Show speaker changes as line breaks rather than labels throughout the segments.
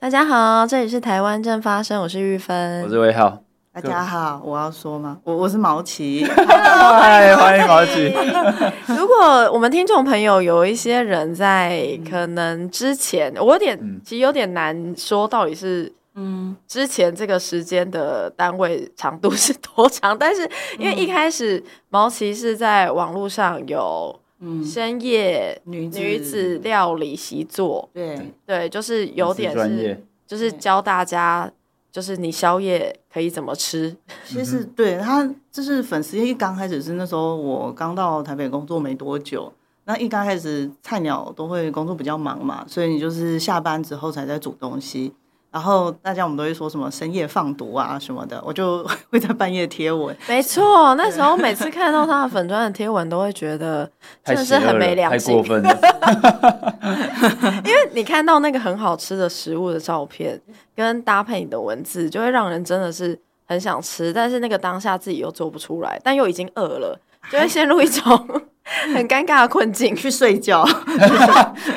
大家好，这里是台湾正发生，我是玉芬，
我是魏浩。
大家好，我要说吗？我我是毛奇，
嗨，欢迎毛奇。
如果我们听众朋友有一些人在可能之前，我有点
嗯
其实有点难说到底是
嗯，
之前这个时间的单位长度是多长，但是因为一开始毛奇是在网络上有
嗯
深夜
女子
女子料理习作，
对，
对，就是有点
嗯专
是
业，
就是教大家就是你宵夜可以怎么吃，
其实对他就是粉丝一刚开始是那时候我刚到台北工作没多久，那一刚开始菜鸟都会工作比较忙嘛，所以你就是下班之后才在煮东西。然后大家我们都会说什么深夜放毒啊什么的，我就 会在半夜贴文，
没错，那时候每次看到他的粉砖的贴文，都会觉得真
太
的
邪
是
恶
很没
了，
良
太
心
过。分了。
因为你看到那个很好吃的食物的照片，跟搭配你的文字，就会让人真的是很想吃，但是那个当下自己又做不出来，但又已经饿 了，就会陷入一种很尴尬的困境。
去睡觉，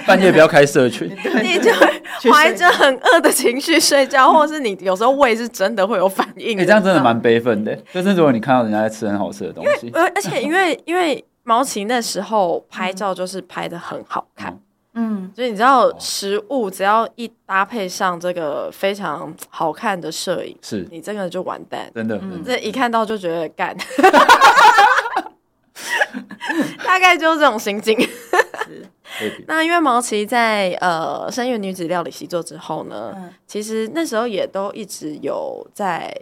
半夜不要开 社群，
你就会怀着很饿的情绪睡觉，或者是你有时候胃是真的会有反应。
哎、这样真的蛮悲愤的。就是如果你看到人家在吃很好吃的东 西，
呃，而且因为因为毛奇那时候拍
嗯
照就是拍的很好看，
嗯，
就是你知道食物只要一搭配上这个非常好看的摄影，
是
你这个就完蛋。
真的，嗯真的
这一看到就觉得干， 大概就是这种心境。
对比
那因为毛奇在呃《深夜女子料理习作》之后呢，
嗯
其实那时候也都一直有在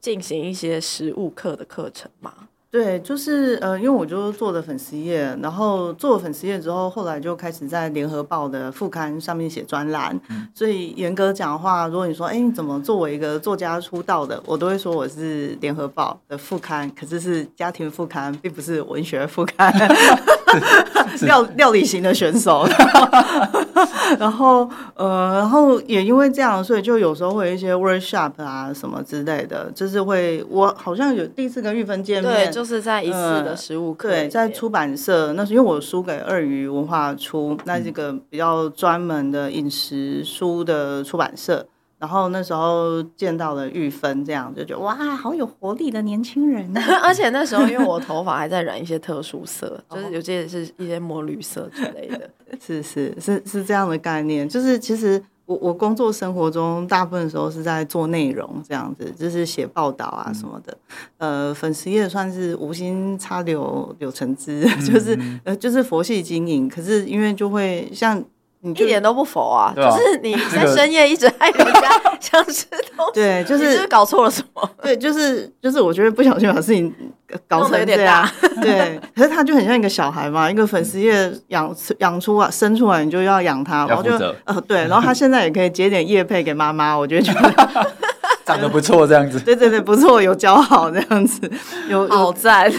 进行一些食物课的课程嘛。
对，就是呃，因为我就做了粉丝页，然后做了粉丝页之后，后来就开始在联合报的副刊上面写专栏。所以严格讲的话，如果你说，哎，你怎么作为一个作家出道的，我都会说我是联合报的副刊，可是是家庭副刊，并不是文学副刊。料料理型的选手， 然后呃，然后也因为这样，所以就有时候会有一些 workshop 啊什么之类的，就是会我好像有第一次跟玉芬见面，
对，
嗯
就是在一次的食物课里面、
对，在出版社那时候，因为我输给鳄鱼文化出，那这个比较专门的饮食书的出版社。然后那时候见到了玉芬，这样就觉得哇，好有活力的年轻人、啊。
而且那时候因为我头发还在染一些特殊色，就是有些是一些墨绿色之类 的。
是是是是这样的概念，就是其实我我工作生活中大部分时候是在做内容这样子，就是写报道啊什么的。呃，粉丝业算是无心插柳柳橙汁， 就是呃就是佛系经营。可是因为就会像你就
一点都不否啊，
对啊
就是 你在
这个
深夜一直害人家 想吃东西，
对， 就
你是不
是
是搞错了什么？
对，就是就是，我觉得不小心把事情搞
弄得有
成
点
这样，对。可是他就很像一个小孩嘛，一个粉丝业养养出啊，生出来你就要养他，然
要
后
负
就
责
呃对，然后他现在也可以接点业配给妈妈，我觉得觉得
长得不错，这样子。
对对对，不错，有教好这样子，有有
好 赞！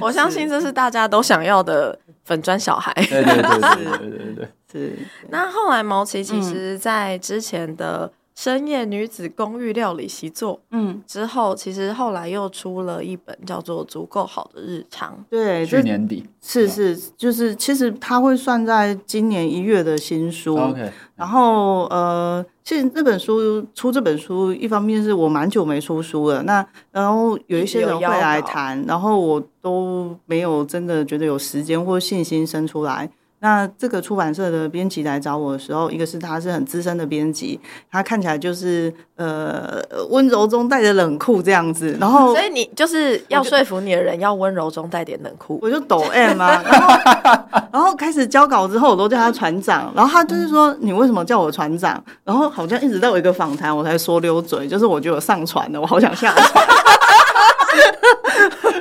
我相信这是大家都想要的粉砖小孩。
对对对对对对 对
是
那后来毛奇
嗯
其实在之前的《深夜女子公寓料理习作》
嗯，
之后，其实后来又出了一本叫做《足够好的日常》。
对，
对，去
这
年底
是是就是，其实他会算在今年一月的新书。
，OK，
然后呃，其实那本书出这本书，一方面是我蛮久没出书了，那然后有一些人会来谈，然后我都没有真的觉得有时间或信心生出来。那这个出版社的编辑来找我的时候，一个是他是很资深的编辑，他看起来就是呃温柔中带着冷酷这样子，然后
所以你就是要说服你的人要温柔中带点冷酷。
我就抖 M 啊，然后 然后开始交稿之后，我都叫他船长，然后他就是说你为什么叫我船长？然后好像一直到有一个访谈，我才说溜嘴，就是我觉得我上船了，我好想下船，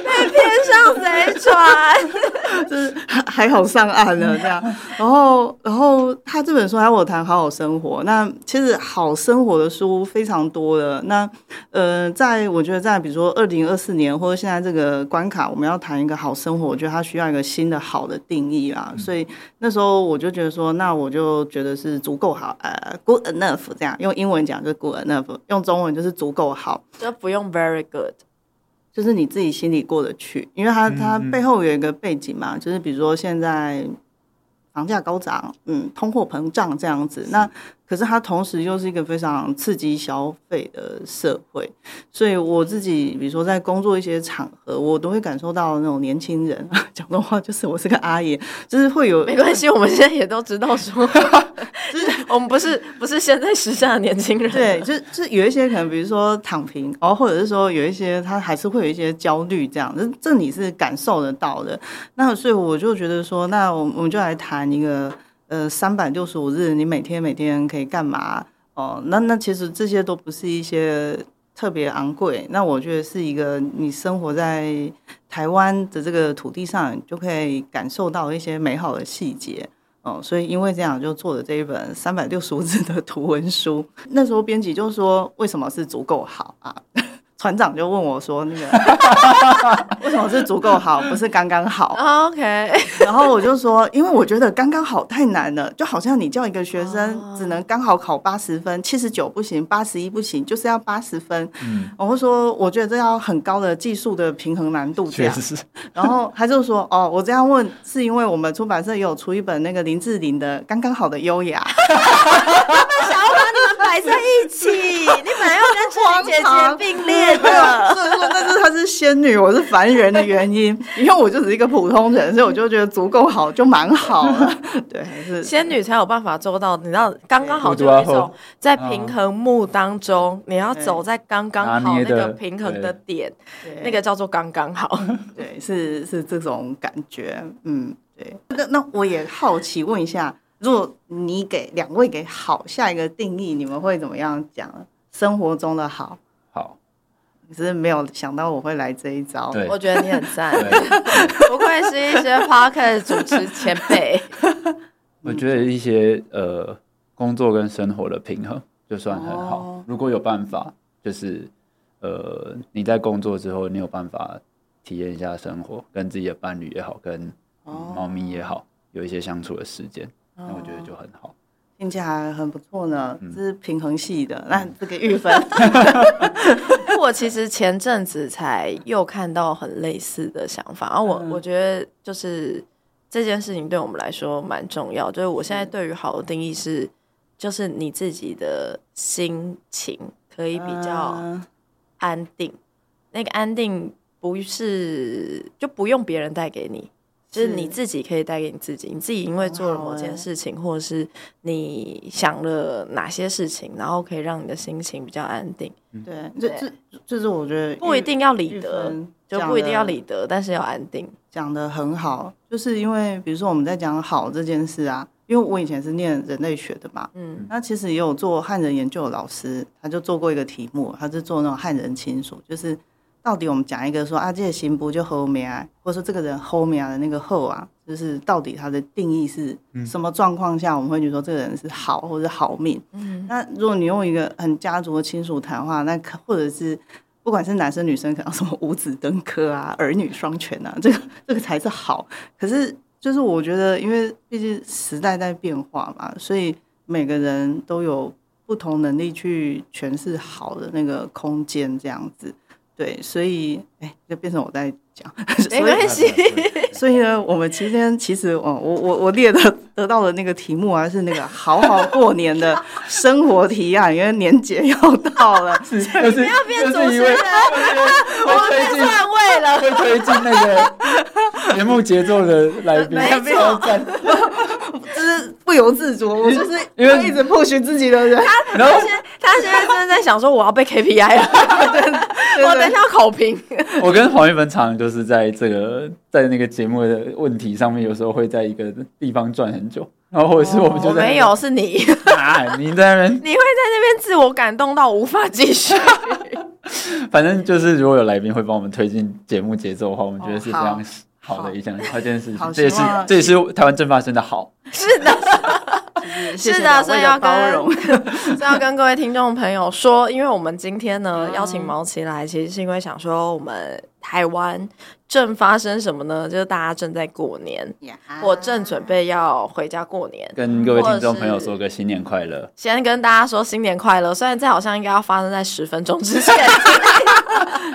天上贼船，
就是还还好上岸了这样。然后然后他这本书还有我谈好好生活，那其实好生活的书非常多了。那呃，在我觉得在比如说二零二四年或者现在这个关卡，我们要谈一个好生活，我觉得它需要一个新的好的定义啊，所以。那时候我就觉得说，那我就觉得是足够好，呃，good enough 这样，用英文讲就是 good enough，用中文就是足够好，
就不用 very good。
就是你自己心里过得去，因为它它
嗯嗯
背后有一个背景嘛，就是比如说现在房价高涨，嗯，通货膨胀这样子，那可是它同时又是一个非常刺激消费的社会，所以我自己比如说在工作一些场合，我都会感受到那种年轻人 讲的话，就是我是个阿姨，就是会有
没关系，我们现在也都知道说， 就是我们不是不是现在时下的年轻 人，
对，就就是有一些可能，比如说躺平，哦，或者是说有一些他还是会有一些焦虑这样，这这你是感受得到的。那所以我就觉得说，那我们我们就来谈一个呃三百六十五日，你每天每天可以干嘛？哦，那那其实这些都不是一些特别昂贵，那我觉得是一个你生活在台湾的这个土地上，你就可以感受到一些美好的细节。哦，所以因为这样就做了这一本三百六十五字的图文书。 那时候编辑就说：“为什么是足够好啊？” 船长就问我说：“那个 为什么是足够好，不是刚刚好？”
啊 OK，
然后我就说，因为我觉得刚刚好太难了，就好像你叫一个学
哦
生只能刚好考八十分，七十九不行，八十一不行，就是要八十分。嗯，我会说，我觉得这要很高的技术的平衡难度这
确
样。
实，
然后他就说，哦，我这样问是因为我们出版社也有出一本那个林志玲的《刚刚好的优雅》。
想要把你们摆在一 起，你本来要跟志玲姐姐 并列
对啊，
的，
所以说那是她是仙女，我是凡人的原因，因为我就只是一个普通人，所以我就觉得足够好就蛮好了。 对，还是
仙女才有办法做到，你知道，刚刚好
孤
就
独
有
啊
一种
后
在平衡木当中，你要走在刚刚好
拿
那
捏的
个平衡的点，
对
那个叫做刚刚好。
对，是是这种感觉，嗯，对。那那我也好奇问一下，如果你给两位给好下一个定义，你们会怎么样讲？生活中的好，
好，
你是没有想到我会来这一招，
对
我觉得你很赞，
对，
不愧是一些 podcast 主持前辈，
我觉得一些呃工作跟生活的平衡就算很好，
哦
如果有办法，就是呃你在工作之后，你有办法体验一下生活，跟自己的伴侣也好，跟
哦
嗯猫咪也好，有一些相处的时间，那我觉得就很
哦
好。
听起来很不错呢，这是平衡系的。那这个玉芬，
我其实前阵子才又看到很类似的想法，然后我、我觉得就是这件事情对我们来说蛮重要，就是我现在对于好的定义是，就是你自己的心情可以比较
嗯
安定，那个安定不是就不用别人带给你。就是
是
你自己可以带给你自己，你自己因为做了
很好
某件
欸
事情，或者是你想了哪些事情，然后可以让你的心情比较安定。
对，这这这是我觉得
不一定要理
玉
得，
芬
就
讲
不一定要
得
理得，但是要安定。
讲的很好，就是因为比如说我们在讲好这件事啊，因为我以前是念人类学的嘛，
嗯，
那其实也有做汉人研究的老师，他就做过一个题目，他是做那种汉人亲属，就是到底我们讲一个说啊，这个行不就后面啊，或者说这个人后面啊的那个后啊，就是到底他的定义是什么状况下，我们会觉得说这个人是好或者好命。嗯，那如果你用一个很家族的亲属谈话，那可或者是。不管是男生女生，可能什么五子登科啊、儿女双全啊，这个这个才是好。可是就是我觉得，因为毕竟时代在变化嘛，所以每个人都有不同能力去诠释好的那个空间，这样子。对，所以哎，就变成我在讲，
没
所以
关系，
所以呢，我们今天其实哦，我我我列的得到的那个题目啊，是那个好好过年的生活提案，因为年节要到 了。
是，就是不要
变主持人，
会推进
换位了。
会推进那个节目节奏的来宾，
没错
超赞
就是不由自主，我就是
因为
会一直 push 自己 的人。
然后
他现他现在正在想说，我要被 KPI 了，我等一下要考评。
我跟黄一凡常常就是在这个在那个节目的问题上面，有时候会在一个地方转很久，然后或者是我们
哦我
就在那
没
边
有，是你，
啊，你在那边，
你会在那边自我感动到无法继续。
反正就是如果有来宾会帮我们推进节目节奏的话，我们觉得是非
哦
常好的一件好一件事
好
情，这也是
希望
这也是台湾正发生的好，
是的，
谢谢
是的所以要
两位包
跟
容。
所以要跟各位听众朋友说，因为我们今天呢
嗯
邀请毛奇来，其实是因为想说我们台湾正发生什么呢？就是大家正在过年， 我正准备要回家过年。
跟各位听众朋
或
友
者是
说个新年快乐，
先跟大家说新年快乐，虽然这好像应该要发生在十分钟之前，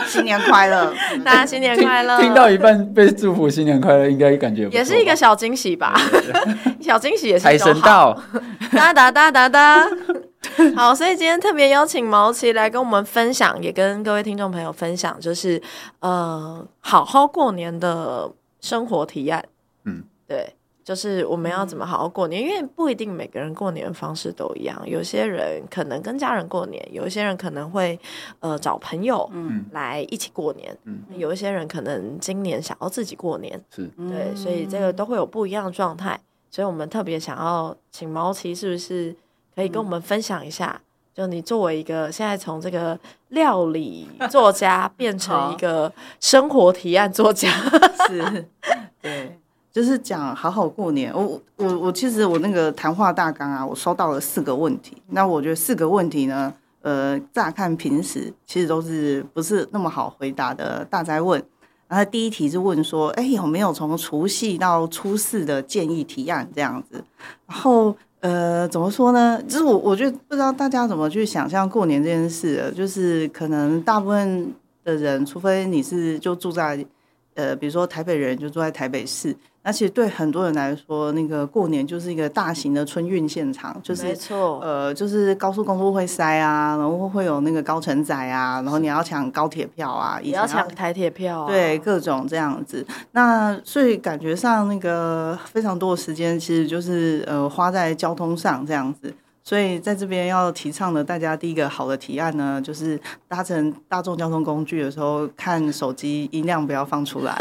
新年快乐，
大家新年
听
快乐。
听到一半被祝福新年快乐，应该感觉不错
也是一个
吧
小惊喜吧，小惊喜也是一
财
种
神
好。
到，
哒哒哒哒哒，好，所以今天特别邀请毛奇来跟我们分享，也跟各位听众朋友分享，就是呃，好好过年的生活提案。
嗯，
对，就是我们要怎么好好过年，因为不一定每个人过年的方式都一样，有些人可能跟家人过年，有一些人可能会呃找朋友
嗯
来一起过年，
嗯
有一些人可能今年想要自己过年，
是
对，所以这个都会有不一样的状态，所以我们特别想要请毛奇，是不是可以跟我们分享一下？就你作为一个现在从这个料理作家变成一个生活提案作家，
是，对，就是讲好好过年。我我我其实我那个谈话大纲啊，我收到了四个问题。那我觉得四个问题呢，呃，乍看平时其实都是不是那么好回答的大灾问。然后第一题是问说，哎，有没有从除夕到初四的建议提案这样子？然后呃，怎么说呢？就是我我觉得不知道大家怎么去想象过年这件事了，就是可能大部分的人，除非你是就住在呃，比如说台北人就住在台北市，那其实对很多人来说，那个过年就是一个大型的春运现场，就是
错，
呃，就是高速公路会塞啊，然后会有那个高承载啊，然后你要抢高铁票啊，以
也
前
要抢台铁票、啊，
对，各种这样子。那所以感觉上那个非常多的时间，其实就是呃花在交通上这样子。所以在这边要提倡的，大家第一个好的提案呢，就是搭乘大众交通工具的时候，看手机音量不要 放出来。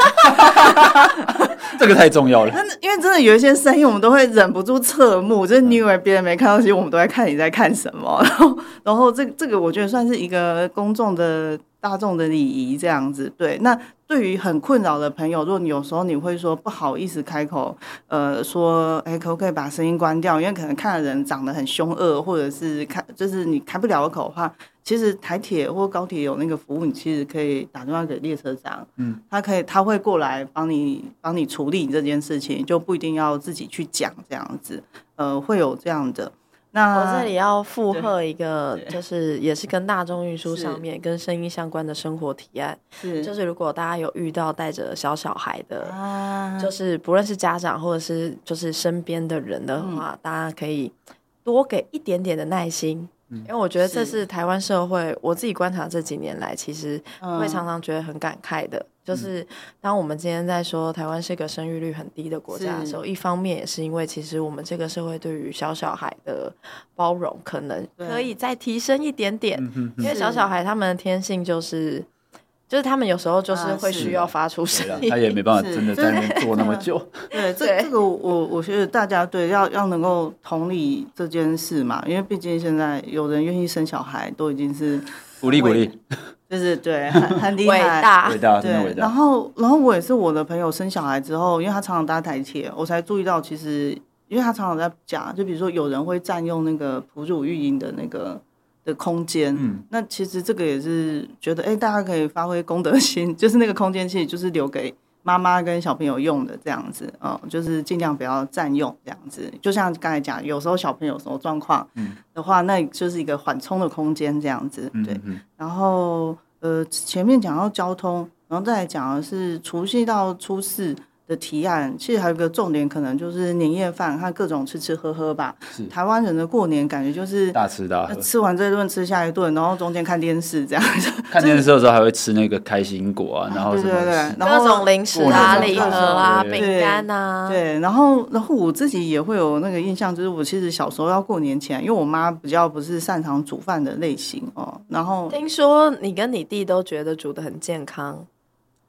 这个太重要了。
真的，因为真的有一些声音，我们都会忍不住侧目，就是你以为别人没看到，其实我们都在看你在看什么。然后，然后这这个我觉得算是一个公众的大众的礼仪这样子。对，那对于很困扰的朋友，如果你有时候你会说不好意思开口，呃，说哎可不可以把声音关掉？因为可能看的人长得很凶恶，或者是看就是你开不了口的话，其实台铁或高铁有那个服务，你其实可以打电话给列车长，
嗯，
他可以他会过来帮你帮你处理这件事情，就不一定要自己去讲这样子，呃，会有这样的。那
我这里要附和一个，就是也是跟大众运输上面跟声音相关的生活提案，
是
就是嗯如果大家有遇到带着小小孩的，
啊，
就是不论是家长或者是就是身边的人的话，大家可以多给一点点的耐心，因为我觉得这是台湾社会我自己观察这几年来，其实
嗯
会常常觉得很感慨的。就是当我们今天在说台湾是个生育率很低的国家的时候，一方面也是因为其实我们这个社会对于小小孩的包容可能
对
可以再提升一点点，
嗯哼
因
哼，
为小小孩他们的天性就是，就是他们有时候就是
啊
会
是
需要发出声
对了
音，，
他也没办法
是
真的在那边坐那么久。
对，嗯这
对
这个我我觉得大家对要要能够同理这件事嘛，因为毕竟现在有人愿意生小孩，都已经是
鼓励鼓励，
就是对很很厉
伟
害。
大
伟，大，真的
对
伟，
然
大。
后，然后我也是我的朋友生小孩之后，因为他常常搭台铁，我才注意到，其实因为他常常在讲，就比如说有人会占用那个哺乳育婴的那个的空间，
嗯，
那其实这个也是觉得，哎，大家可以发挥公德心，就是那个空间其实就是留给妈妈跟小朋友用的这样子，哦、就是尽量不要占用这样子。就像刚才讲，有时候小朋友有什么状况
嗯
的话，那就是一个缓冲的空间这样子，
嗯
对。
嗯
然后呃，前面讲到交通，然后再来讲的是除夕到初四的提案，其实还有一个重点，可能就是年夜饭和各种吃吃喝喝吧。
是
台湾人的过年感觉就是
大吃大喝。
呃吃完这一顿吃下一顿，然后中间看电视这样子，
看电视的时候还会吃那个开心果 啊，然后
对
什
对
么
对，
西
然后
各种零食
过年
啊、
的
礼
时
盒
候
啊、
对
饼干啊，
对，然后然后我自己也会有那个印象，就是我其实小时候要过年前，因为我妈比较不是擅长煮饭的类型哦，然后
听说你跟你弟都觉得煮的很健康，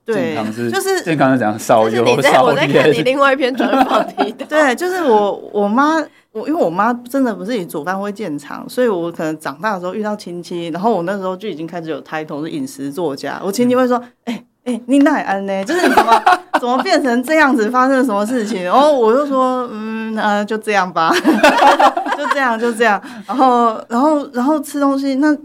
对
健康，是
就是
健康是怎样少
就是你
油
在
少
我在看你
盐，
另外一篇专访提 到，
对，就是我我妈，我因为我妈真的不是以煮饭会见长，所以我可能长大的时候遇到亲戚，然后我那时候就已经开始有 title 是饮食作家，我亲戚会说，哎、哎、你哪安呢？就是你怎么 怎么变成这样子，发生了什么事情？然后我就说，嗯，呃，就这样吧，就这样，就这样。然后，然后，然后吃东西，那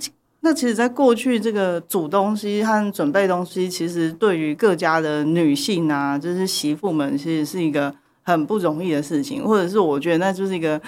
那其实，在过去这个煮东西和准备东西，其实对于各家的女性啊，就是媳妇们，其实是一个很不容易的事情，或者是我觉得那就是一个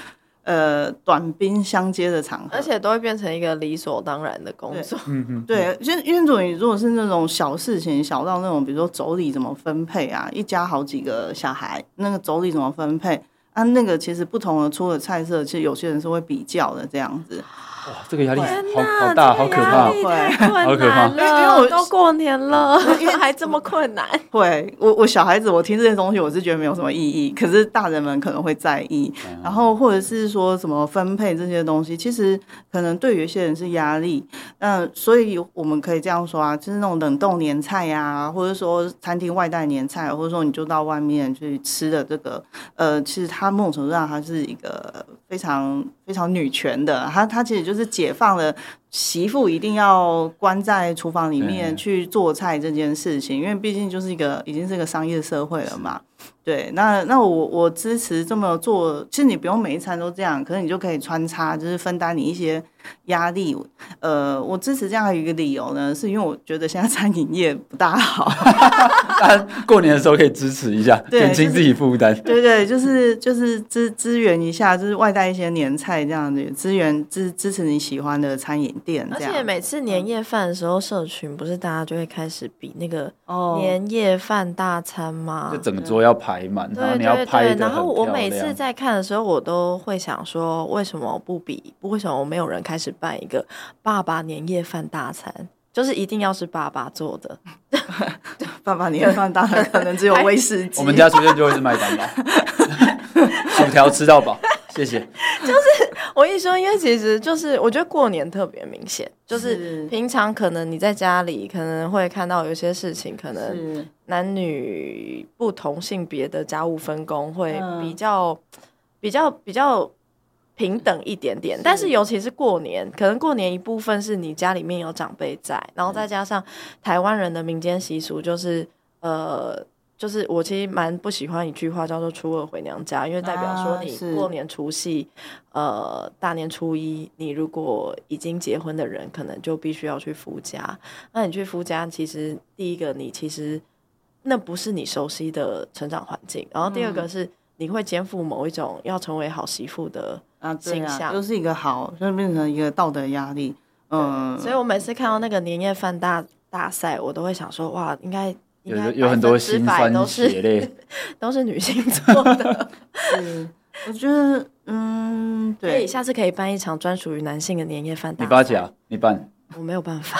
呃短兵相接的场合
而。且都会变成一个理所当然的工作，
嗯嗯，
对，就因为如果你如果是那种小事情，小到那种，比如说妯娌怎么分配啊，一家好几个小孩，那个妯娌怎么分配啊，那个其实不同的出的菜色，其实有些人是会比较的这样子。
哇，这个压 力
天
好
哪，
好大，
这
好
个
可
压
怕
力
哦。
太困
好可怕
难
因为
了，
我
都过年了， 还这么困难。
会，我我小孩子我听这些东西，我是觉得没有什么意义，可是大人们可能会在意，然后或者是说什么分配这些东西，其实可能对于一些人是压力。嗯，所以我们可以这样说啊，就是那种冷冻年菜呀、或者说餐厅外带年菜，啊或者说你就到外面去吃的这个，呃，其实它某种程度上它是一个非常非常女权的，它它其实就是解放了。媳妇一定要关在厨房里面
对
去做菜这件事情，因为毕竟就是一个已经是一个商业社会了嘛。对，那那我我支持这么做，其实你不用每一餐都这样，可是你就可以穿插，就是分担你一些压力。呃，我支持这样的一个理由呢，是因为我觉得现在餐饮业不大好。
大家过年的时候可以支持一下，
对
减轻
就是
自己负担。
对对，就是就是支支援一下，就是外带一些年菜这样子，支援支支持你喜欢的餐饮店
而
这
且
样。
每次年夜饭的时候，社群不是大家就会开始比那个
哦
年夜饭大餐吗？
就整个桌要排满，然后
对
你要
对
拍
对，
的
然后我每次在看的时候，我都会想说，为什么不比？为什么没有人开始办一个爸爸年夜饭大餐？就是一定要是爸爸做的，
爸爸年夜饭当然可能只有威士忌。
我们家出现就会是麦 当劳，薯条吃到饱，谢谢。
我一说，因为其实就是我觉得过年特别明显， 就是
是
平常可能你在家里可能会看到有些事情，可能
是
男女不同性别的家务分工会
嗯
比较、比较比较平等一点点，但是尤其是过年，可能过年一部分是你家里面有长辈在，然后再加上台湾人的民间习俗就是呃。就是我其实蛮不喜欢一句话叫做“初二回娘家”，因为代表说
啊
你
是
过年除夕，呃，大年初一，你如果已经结婚的人，可能就必须要去夫家。那你去夫家，其实第一个你其实那不是你熟悉的成长环境，然后第
嗯
二个是你会肩负某一种要成为好媳妇的，
啊，对
形
啊，
象
就是一个好，就变成一个道德压力。嗯，
所以我每次看到那个年夜饭大大赛，我都会想说，哇，应该应
有
该
有很多
心
辛
百
酸
都
血
是
泪，
都是女 性做的，
是我觉得，嗯，
所
对
以，下次可以办一场专属于男性的年夜饭大
你
赛。
发起啊，你办，
我没有办 法，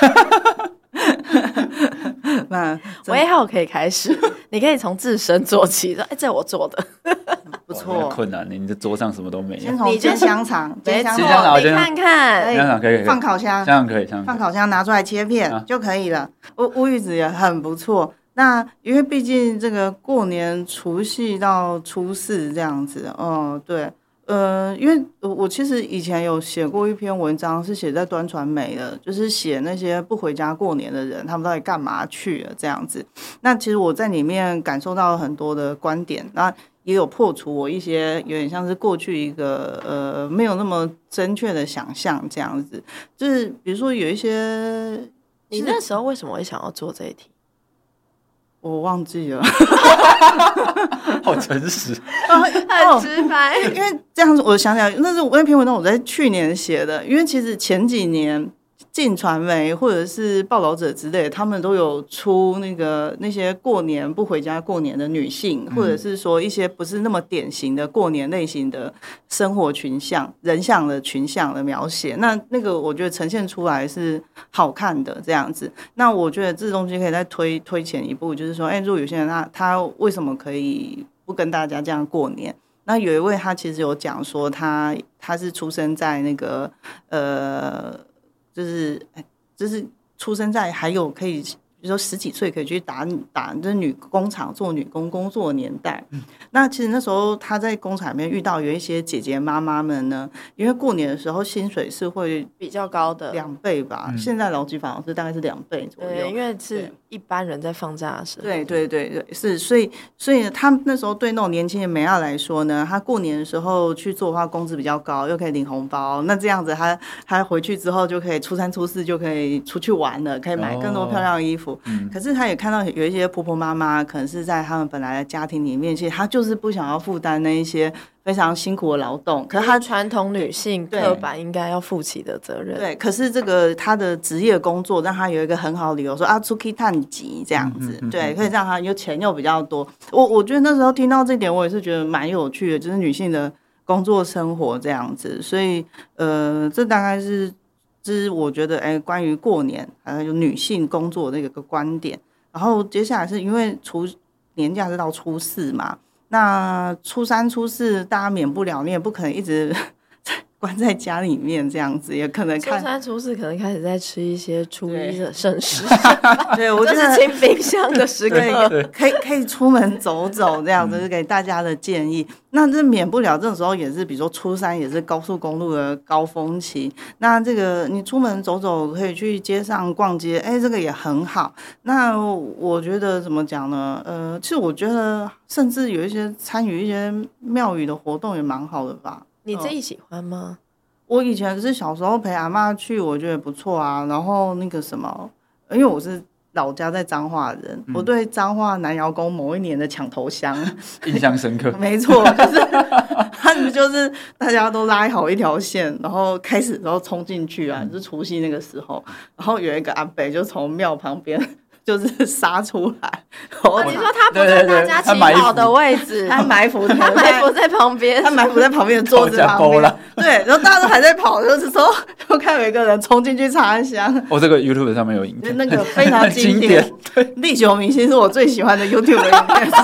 那
我也好可以开始，你可以从自身做起，说，哎，这我做的，
不
哇那
错。
困难，你这桌上什么都没有
先。从
你就
煎香肠，煎香
错
这样
肠
啊，
你看看，
哎
香肠可以，可以
放烤箱
香，肠可以，香
放
肠
烤箱拿出来切
嗯啊
片就可以了。乌乌鱼子也很不错。那因为毕竟这个过年除夕到初四这样子，哦、对，呃，因为我我其实以前有写过一篇文章，是写在端传媒的，就是写那些不回家过年的人，他们到底干嘛去了这样子。那其实我在里面感受到很多的观点，那也有破除我一些有点像是过去一个呃没有那么正确的想象这样子。就是比如说有一些
你那时候为什么会想要做这一题？
我忘记了，
可以，好诚实。
很直白，
因为这样子我想想，那是我那篇文章我在去年写的，因为其实前几年。进传媒或者是报道者之类，他们都有出那个那些过年不回家过年的女性，或者是说一些不是那么典型的过年类型的生活群像、人像的群像的描写。那那个我觉得呈现出来是好看的这样子。那我觉得这东西可以再推推前一步，就是说，哎、如果有些人他他为什么可以不跟大家这样过年？那有一位他其实有讲说他他是出生在那个呃，就是哎就是出生在还有可以，比如说十几岁可以去打打这女工厂做女工工作的年代。那其实那时候他在工厂里面遇到有一些姐姐妈妈们呢，因为过年的时候薪水是会
比较高的，
两倍吧，现在劳基法好像是大概是两倍左右
对，。因为是
对
一般人在放假的时候，
对对对对，是，所以所以他们那时候对那种年轻的美亚来说呢，他过年的时候去做的话，工资比较高，又可以领红包，那这样子他他回去之后就可以初三初四就可以出去玩了，可以买更多漂亮的衣服。可是他也看到有一些婆婆妈妈，可能是在他们本来的家庭里面，其实他就是不想要负担那一些非常辛苦的劳动，可是他
他传统女性刻板应该要负起的责任。
对，可是这个他的职业工作让他有一个很好的理由说啊，出去探集这样子，对，可以让他有钱又比较多。我我觉得那时候听到这点，我也是觉得蛮有趣的，就是女性的工作生活这样子。所以呃，这大概是这是我觉得哎，关于过年还有女性工作的一个观点。然后接下来是因为除年假是到初四嘛，那初三、初四大家免不了，你也不可能一直 关在家里面这样子，也可能
初
看
三初四可能开始在吃一些初一的剩 食，
对我
我
觉
就
得
哦是清冰箱的时刻。
对，嗯可以可以出门走走，这样子是给大家的建议。那这免不了这种时候也是，比如说初三也是高速公路的高峰期，那这个你出门走走可以去街上逛街，哎，这个也很好。那我觉得怎么讲呢？呃，其实我觉得甚至有一些参与一些庙宇的活动也蛮好的吧。
你自己喜欢吗？
我以前是小时候陪阿妈去，我觉得不错啊。然后那个什么，因为我是老家在彰化人，我对彰化南窑宫某一年的抢头香，
印象深刻。
没错，就是 他们就是大家都拉好一条线，然后开始然后冲进去啊，就是除夕那个时候，然后有一个阿北就从庙旁边就是杀出来，然后
哦，你说他不
对
在
对对
大家
他埋
起跑
伏
的位置，
他埋伏在，
他埋伏在旁边
他，埋伏在旁边的桌子旁
偷家包
边
了，
对，然后大家都还在跑，就是说， 就看有一个人冲进去插香，
哦，这个 YouTube 上面有影
那
片，
那个非 常经
经
典
典，
对，历久弥新是我最喜欢的 YouTube 的影片。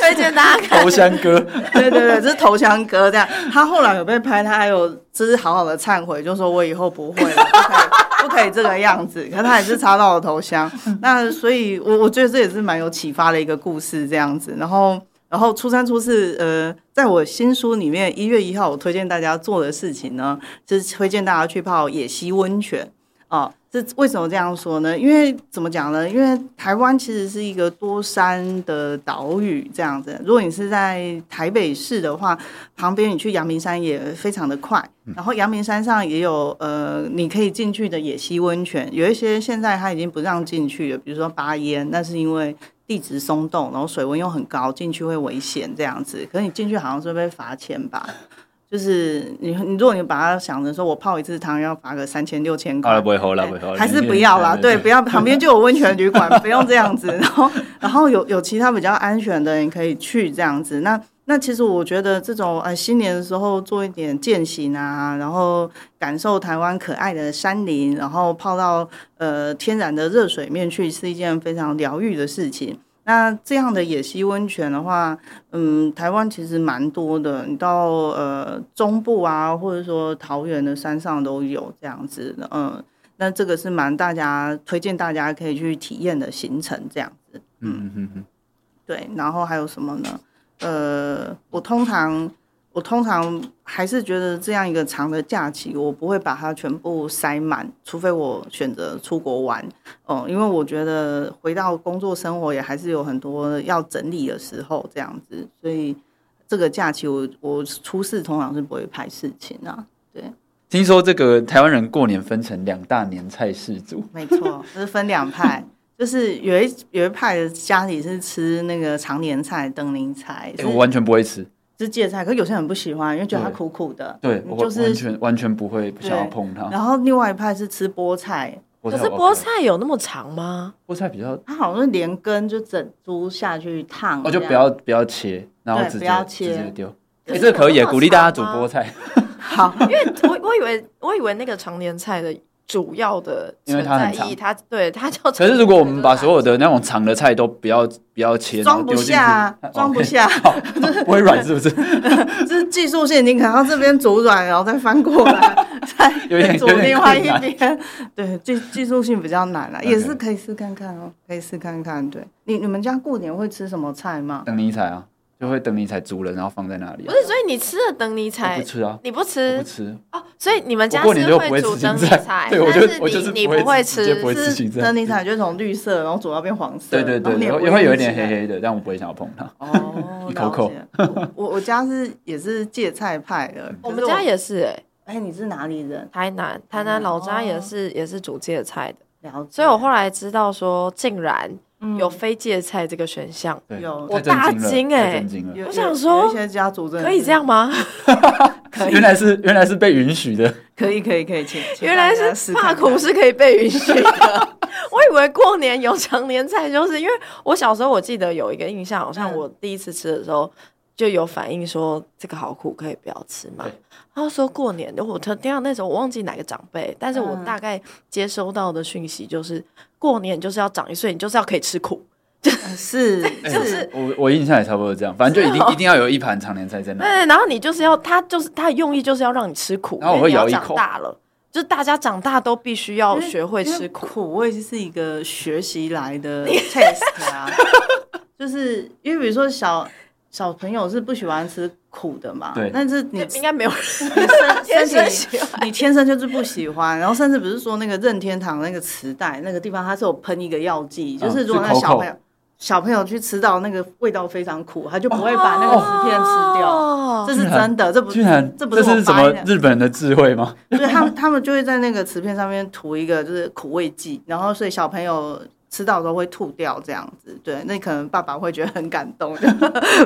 推荐大家看。
头香哥，
对对对，这是投降歌这样。他后来有被拍，他还有就是好好的忏悔，就说我以后不会了，不可以，不可以这个样子。可他还是插到我头香。
嗯
那所以我，我觉得这也是蛮有启发的一个故事这样子。然后，然后初三、初四，呃，在我新书里面，一月一号我推荐大家做的事情呢，就是推荐大家去泡野溪温泉。哦，这为什么这样说呢？因为怎么讲呢？因为台湾其实是一个多山的岛屿，这样子。如果你是在台北市的话，旁边你去阳明山也非常的快。然后阳明山上也有呃，你可以进去的野溪温泉，有一些现在它已经不让进去了，比如说巴烟，那是因为地质松动，然后水温又很高，进去会危险这样子。可是你进去好像是被罚钱吧？就是你，你如果你把它想成说，我泡一次汤要罚个三千六千 块
啊好，了，不会吼了，不会吼
对
了，
还是
明
不
天
要啦，对，不要旁边就有温泉旅馆， 不用这样子。然后，然后有有其他比较安全的，你可以去这样子。那那其实我觉得这种呃新年的时候做一点践行啊，然后感受台湾可爱的山林，然后泡到呃天然的热水面去，是一件非常疗愈的事情。那这样的野溪温泉的话，嗯，台湾其实蛮多的，你到呃中部啊，或者说桃园的山上都有这样子的，嗯，那这个是蛮大家推荐大家可以去体验的行程，这样子。
嗯嗯嗯
对，然后还有什么呢？呃，我通常我通常还是觉得这样一个长的假期，我不会把它全部塞满，除非我选择出国玩。哦、因为我觉得回到工作生活也还是有很多要整理的时候，这样子，所以这个假期我我初四通常是不会排事情啊。
听说这个台湾人过年分成两大年菜氏族，
没错，就是分两派，就是有一有一派的家里是吃那个常年菜、灯龄菜，
欸
是
我完全不会吃，
是芥菜，可是有些人不喜欢，因为觉得它苦苦的。
对
嗯
我
就
完
是。
全完全不会想要碰它。
然后另外一派是吃菠菜，
可
可是菠菜有那么长吗？
哦菠菜比较，
它好像是连根就整株下去烫这
我哦
样，
就不要不要切，然后
对
直
不
接
要
直
切
接丢。
可
哎，
是
这个可以
有那么
鼓励大家煮
长吗
菠菜，
啊 好。
因为 我我以为我以为那个常年菜的主要的
因为
存
它很
在意义，它对它叫。
可是如果我们把所有的那种长的菜都不要不要切，然后
装不
丢进去
下，
哦
装不
，OK
下，
不会软是 不是？
就是技术性，你可能要这边煮软，然后再翻过 来，再
有点
再煮
有点
另外一
困难
边。对，技技术性比较难啊，
OK
也是可以试看看哦，可以试看看。对你你们家过年会吃什么菜吗？
等你采啊，就会等你采足了，然后放在那里
不
啊。
是，所以你吃了等你
我
才
不吃啊，
你不
呃
我
吃
不吃。
哦，所以你们家
我过年
是
就不会
煮
吃
灯
青
谜
菜
菜，
对我
但
就是我
你
就是
你
不会
会
直接
吃
不会吃
是
青菜
灯泥彩就是从绿色，然后煮到变黄色，
对对对，
然
也
后
会
你
也
不
会有一
吃
点黑。黑的，但我不会想要碰它。
哦，
一口口
了解。我我家是也是芥菜派
嗯
的，
我
可
们
是
家也是哎，
哎，你是哪里人？
台南台南老家也
哦
是也是煮芥菜的，
了解。
所以我后来知道说竟然
嗯
有非芥菜这个选项，
对，
有
太
我
震
大
惊了，
惊
太
欸
震惊了。
有
我想
有
说
有一些家族真的
可以
是
这样，吗？
可以
原来是原来是被允许的，
可以可以可以，请 请
原来
大家试
是
看
怕
看
苦是可以被允许的。 我以为过年有常年菜，就是因为我小时候我记得有一个印象，好像
嗯
我第一次吃的时候，就有反映说这个好苦，可以不要吃嘛
对。
他就说过年，我听听到那时候我忘记哪个长辈，但是我
嗯
大概接收到的讯息就是，过年就是要长一岁，你就是要可以吃苦。
是
就是
我我印象也差不多这样，反正就一
哦
定、一定要有一盘常年菜在那。
对，然后你就是要他就是他的用意就是要让你吃苦，
然后我
因为
会
你要
咬一
长
口
大了，就是大家长大都必须要
因为
学会
因为
吃苦。
苦味就是一个学习来 的 test 啊，就是因为比如说小小朋友是不喜欢吃苦的嘛，
对
但是你
应该没有人
身
天生
身体
喜欢。
你天生就是不喜欢，然后甚至不是说那个任天堂那个磁带那个地方，它是有喷一个药剂，就是如果那
是口
小
口
朋友小朋友去吃到那个味道非常苦，他就不会把那个磁片吃掉。
哦
这是真的，这不
居然
这不
这
是我
是什
掰
么
的，
日本人的智慧吗？
对他们，他们就会在那个瓷片上面涂一个就是苦味剂，然后所以小朋友吃到的时候会吐掉这样子。对，那可能爸爸会觉得很感动， 就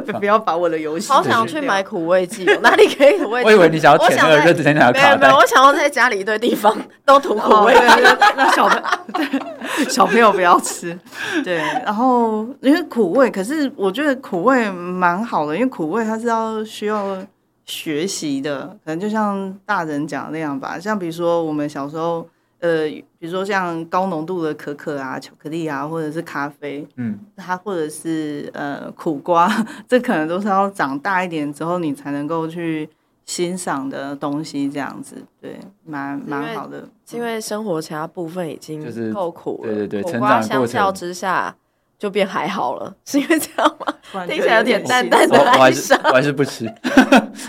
不不要把我的游戏
好想去买苦味剂哦，哪里可以苦味剂？
我以为你想要
我
舔那
在
个任天堂的
没有
卡
没
带
有，，我想要在家里一堆地方都涂
苦
苦
味，
味。
哦对 对对让小朋 友对小朋友不要吃。对，然后因为苦味，可是我觉得苦味蛮好的，因为苦味它是要需要学习的，可能就像大人讲的那样吧。像比如说我们小时候，呃，比如说像高浓度的可可啊、巧克力啊，或者是咖啡，
嗯，
它或者是呃苦瓜，这可能都是要长大一点之后你才能够去。欣赏的东西这样子，对，蛮蛮好的。
是因为生活其他部分已
就是
经够苦了，
对对对
苦
成
瓜
长的
相
过
较
程
之下就变还好了，是因为这样吗？
突然
听
觉
起
得
来有点淡
心
淡
我
的
我还
哀
是
伤，
我还是不 吃，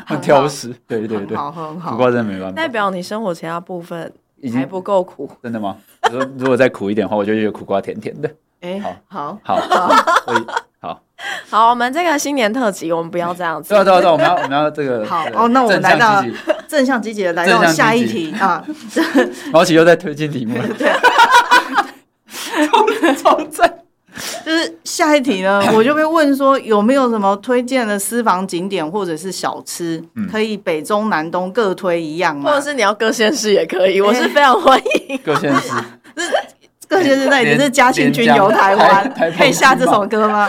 很挑食。对对对，
很好很
苦
好。
瓜真的没 办
代
法，
表你生活其他部分
已
还
经
不够苦。
真的吗？你说如果再苦一点的话，我就觉得苦瓜甜甜的。
哎、
好
好，
好，所以 好，
好，我们这个新年特辑，我们不要这样子
对。啊对啊对啊，我们要我们要这个
好
这个
哦那我们
正向
来到
积极
正向积极的来
正
到
向积极
下一题啊，
毛奇又在推进题目 了，
从正。就是下一题 呢，我就被问说有没有什么推荐的私房景点或者是小吃，
嗯
可以北中南东各推一样
或
吗
者？是你要各县市也可以，我 是非常欢迎。
各县市
各县市那已经是嘉庆君游台湾
连连江台台，澎
可以下这首歌吗？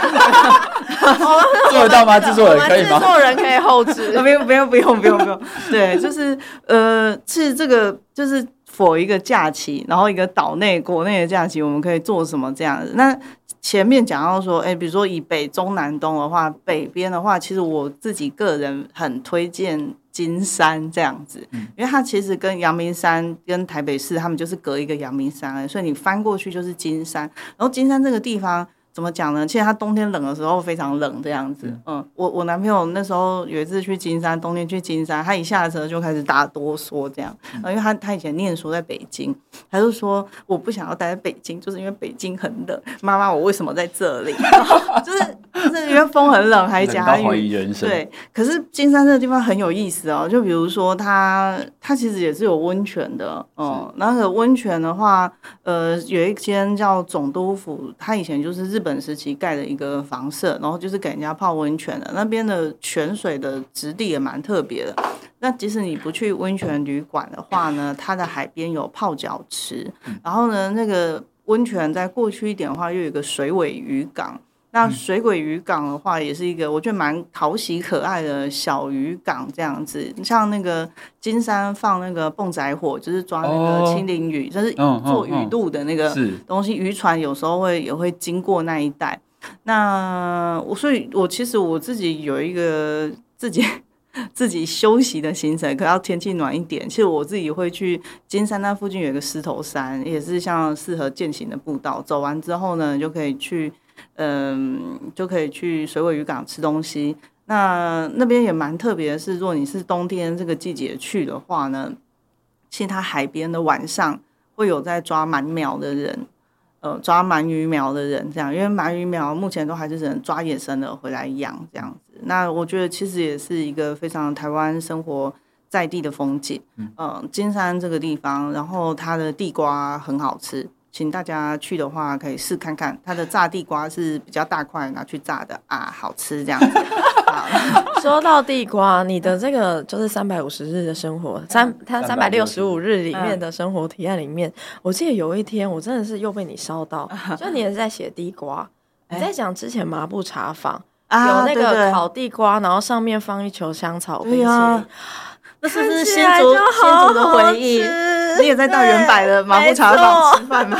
做得到 吗？ 制作
我
人可以
们制
吗？
作人可以后置
啊。没有没有不用不用不用，对，就是呃是这个就是否一个假期，然后一个岛内国内的假期，我们可以做什么这样子？那前面讲到说，哎、比如说以北中南东的话，北边的话，其实我自己个人很推荐金山这样子，因为它其实跟阳明山跟台北市他们就是隔一个阳明山而已，所以你翻过去就是金山。然后金山这个地方怎么讲呢？其实它冬天冷的时候非常冷这样子。嗯，我我男朋友那时候有一次去金山，冬天去金山，他一下车就开始打哆嗦这样，
嗯
呃因为他他以前念书在北京，他就说我不想要待在北京，就是因为北京很冷。妈妈，我为什么在这里？ 然后就是就是因为风很冷，还
冷到
加
怀
雨
疑。人生，
对，可是金山这个地方很有意思哦，就比如说它，它其实也是有温泉的，嗯，那个温泉的话，呃，有一间叫总督府，它以前就是日本时期盖的一个房舍，然后就是给人家泡温泉的，那边的泉水的质地也蛮特别的。那即使你不去温泉旅馆的话呢，它的海边有泡脚池，
嗯
然后呢，那个温泉再过去一点的话，又有一个水尾渔港。
嗯
那水鬼渔港的话，也是一个我觉得蛮讨喜可爱的小渔港这样子。像那个金山放那个蹦仔火，就是抓那个
哦
青鳞鱼，就是
嗯嗯
做鱼
嗯
肚的那个
是
东西，渔船有时候会也会经过那一带。那我所以，我其实我自己有一个自己 自己休息的行程，可要天气暖一点。其实我自己会去金山那附近有一个石头山，也是像适合践行的步道。走完之后呢，你就可以去，嗯，就可以去水尾渔港吃东西。那那边也蛮特别的是，如果你是冬天这个季节去的话呢，其实它海边的晚上会有在抓鳗苗的人，呃，抓鳗鱼苗的人这样，因为鳗鱼苗目前都还是只能抓野生的回来养这样子。那我觉得其实也是一个非常台湾生活在地的风景。嗯、金山这个地方，然后它的地瓜很好吃。请大家去的话，可以试看看它的炸地瓜是比较大块，拿去炸的啊，好吃这 样子。
说到地瓜，你的这个就是三百五十日的生活，
嗯
三它三百六十五日里面的生活提案里面，我记得有一天我
嗯
真的是又被你烧到，就你也是在写地瓜，你在讲之前麻布茶坊，有
哎啊，
那
对对
个烤地瓜，然后上面放一球香草冰淇
对
淋，
呀那是不是
看起
新
来
竹
啊就
新
好
竹的
好
回忆？
吃
你也在大圆柏的麻布茶坊吃饭吗？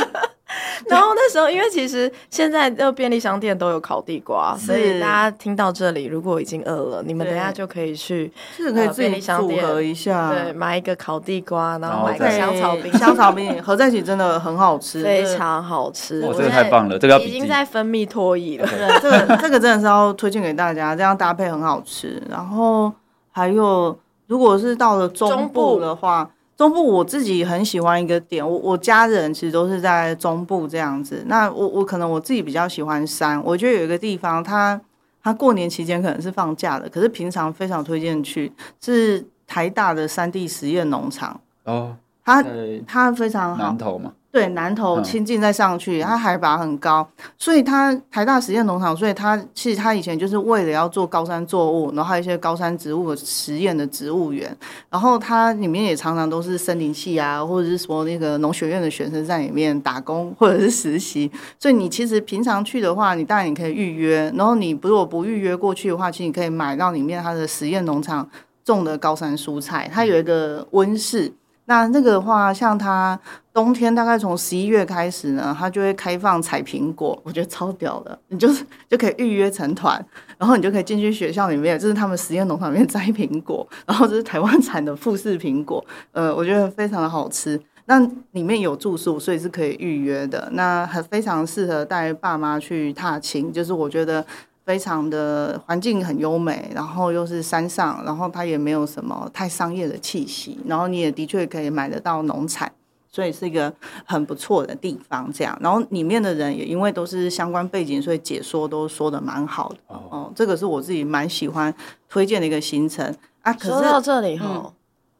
然后那时候，因为其实现在的便利商店都有烤地瓜，所以
是
大家听到这里，如果已经饿了，你们
对
等一下就可以去
是可以
呃
自
便
己
利商
组
店
合一下，
对买一个烤地瓜，然
然
后
后
买一个
再
香草冰淇淋，
香草冰合在一起真的很好吃，
非
这个
常好吃。
哇
我
这个
现
太
在
棒了这个要
已
笔
经
记
在分泌唾液 了。
对，这个这个真的是要推荐给大家，这样搭配很好吃。然后还有，如果是到了中
中
部
部
的话，中部我自己很喜欢一个点，我我家人其实都是在中部这样子。那我我可能我自己比较喜欢山，我觉得有一个地方它。它过年期间可能是放假的，可是平常非常推荐去，是台大的山地实验农场，
哦，
它
在
它非常好
南，投嘛，
对，南投
嗯
亲近再上去，它海拔很高，所以它台大实验农场，所以它其实它以前就是为了要做高山作物，然后还有一些高山植物的实验的植物园，然后它里面也常常都是森林系啊，或者是什么那个农学院的学生在里面打工或者是实习，所以你其实平常去的话，你当然你可以预约，然后你如果不预约过去的话，其实你可以买到里面它的实验农场种的高山蔬菜，它有一个温室。那那个的话，像它冬天大概从十一月开始呢，它就会开放采苹果，我觉得超屌的。你就是就可以预约成团，然后你就可以进去学校里面，就是他们实验农场里面摘苹果，然后这是台湾产的富士苹果，呃，我觉得非常的好吃。那里面有住宿，所以是可以预约的。那很非常适合带爸妈去踏青，就是我觉得非常的环境很优美，然后又是山上，然后它也没有什么太商业的气息，然后你也的确可以买得到农产。所以是一个很不错的地方，这样。然后里面的人也因为都是相关背景，所以解说都说的蛮好的。
哦
哦，这个是我自己蛮喜欢推荐的一个行程啊。可
说到
是
这里哈，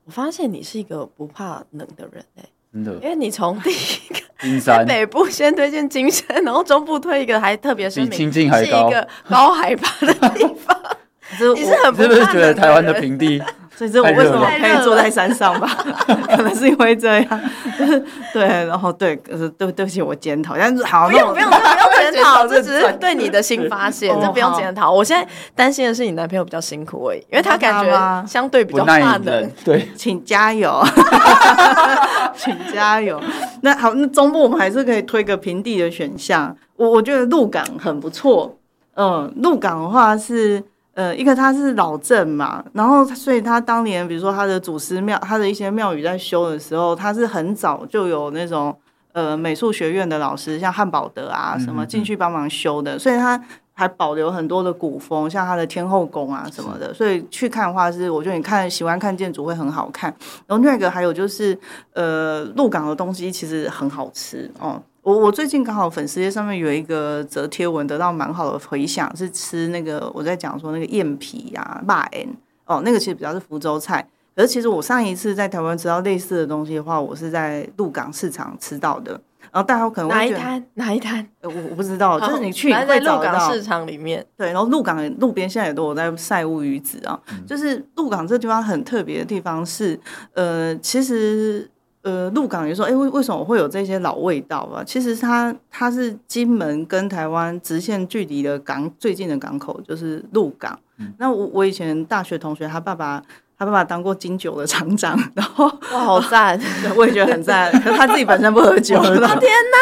我发现你是一个不怕冷的人哎，
真的
因为你从 第一个
金山
北部先推荐金山，然后中部推一个，还特别声明
比清境还
是
高
一个高海拔的地 方。
这
你
我
是很不
是不是
怕
觉得
冷
台湾的
人
平地？
所以这我为什么
太
可
热了
以坐在山上吧？ 可能是因为这样， 对，然后对，呃对，对不起，我检讨，但是 好，
不
那
用
我
不用不用检讨，这只
认
是
真
对你的新发现
哦，
这不用
好
检讨。我现在担心的是你男朋友比较辛苦而已，因为他
你怕他
感
吗
觉相对比
不
较
耐
怕冷
冷。， 对，
请加油，请加油。那好，那中部我们还是可以推个平地的选项。我我觉得鹿港很不错。嗯，鹿港的话是呃，一个它是老镇嘛，然后所以它当年比如说它的祖师庙，它的一些庙宇在修的时候，它是很早就有那种呃美术学院的老师，像汉堡德啊什么进去帮忙修的，所以它。还保留很多的古风，像它的天后宫啊什么的，所以去看的话是，我觉得你看喜欢看建筑会很好看。然后另外一个还有就是，呃，鹿港的东西其实很好吃哦。我我最近刚好粉丝页上面有一个折贴文，得到蛮好的回响，是吃那个我在讲说那个燕皮啊、辣end 哦，那个其实比较是福州菜。可是其实我上一次在台湾吃到类似的东西的话，我是在鹿港市场吃到的。然后大家可能
哪
会
一
觉得，呃
摊哪一摊？
我我不知道，哦就是你去你
反正在
会找
鹿
得到
港。市场里面，
对，然后鹿港路边现在也都有在晒乌鱼子啊，就是鹿港这地方很特别的地方是，呃，其实呃，鹿港也说，哎，为为什么会有这些老味道啊？其实它它是金门跟台湾直线距离的港最近的港口就是鹿港。那我我以前大学同学他爸爸。他爸爸当过金酒的厂长，然后
哇，好赞！
对我也觉得很赞。可是他自己本身不喝酒，然后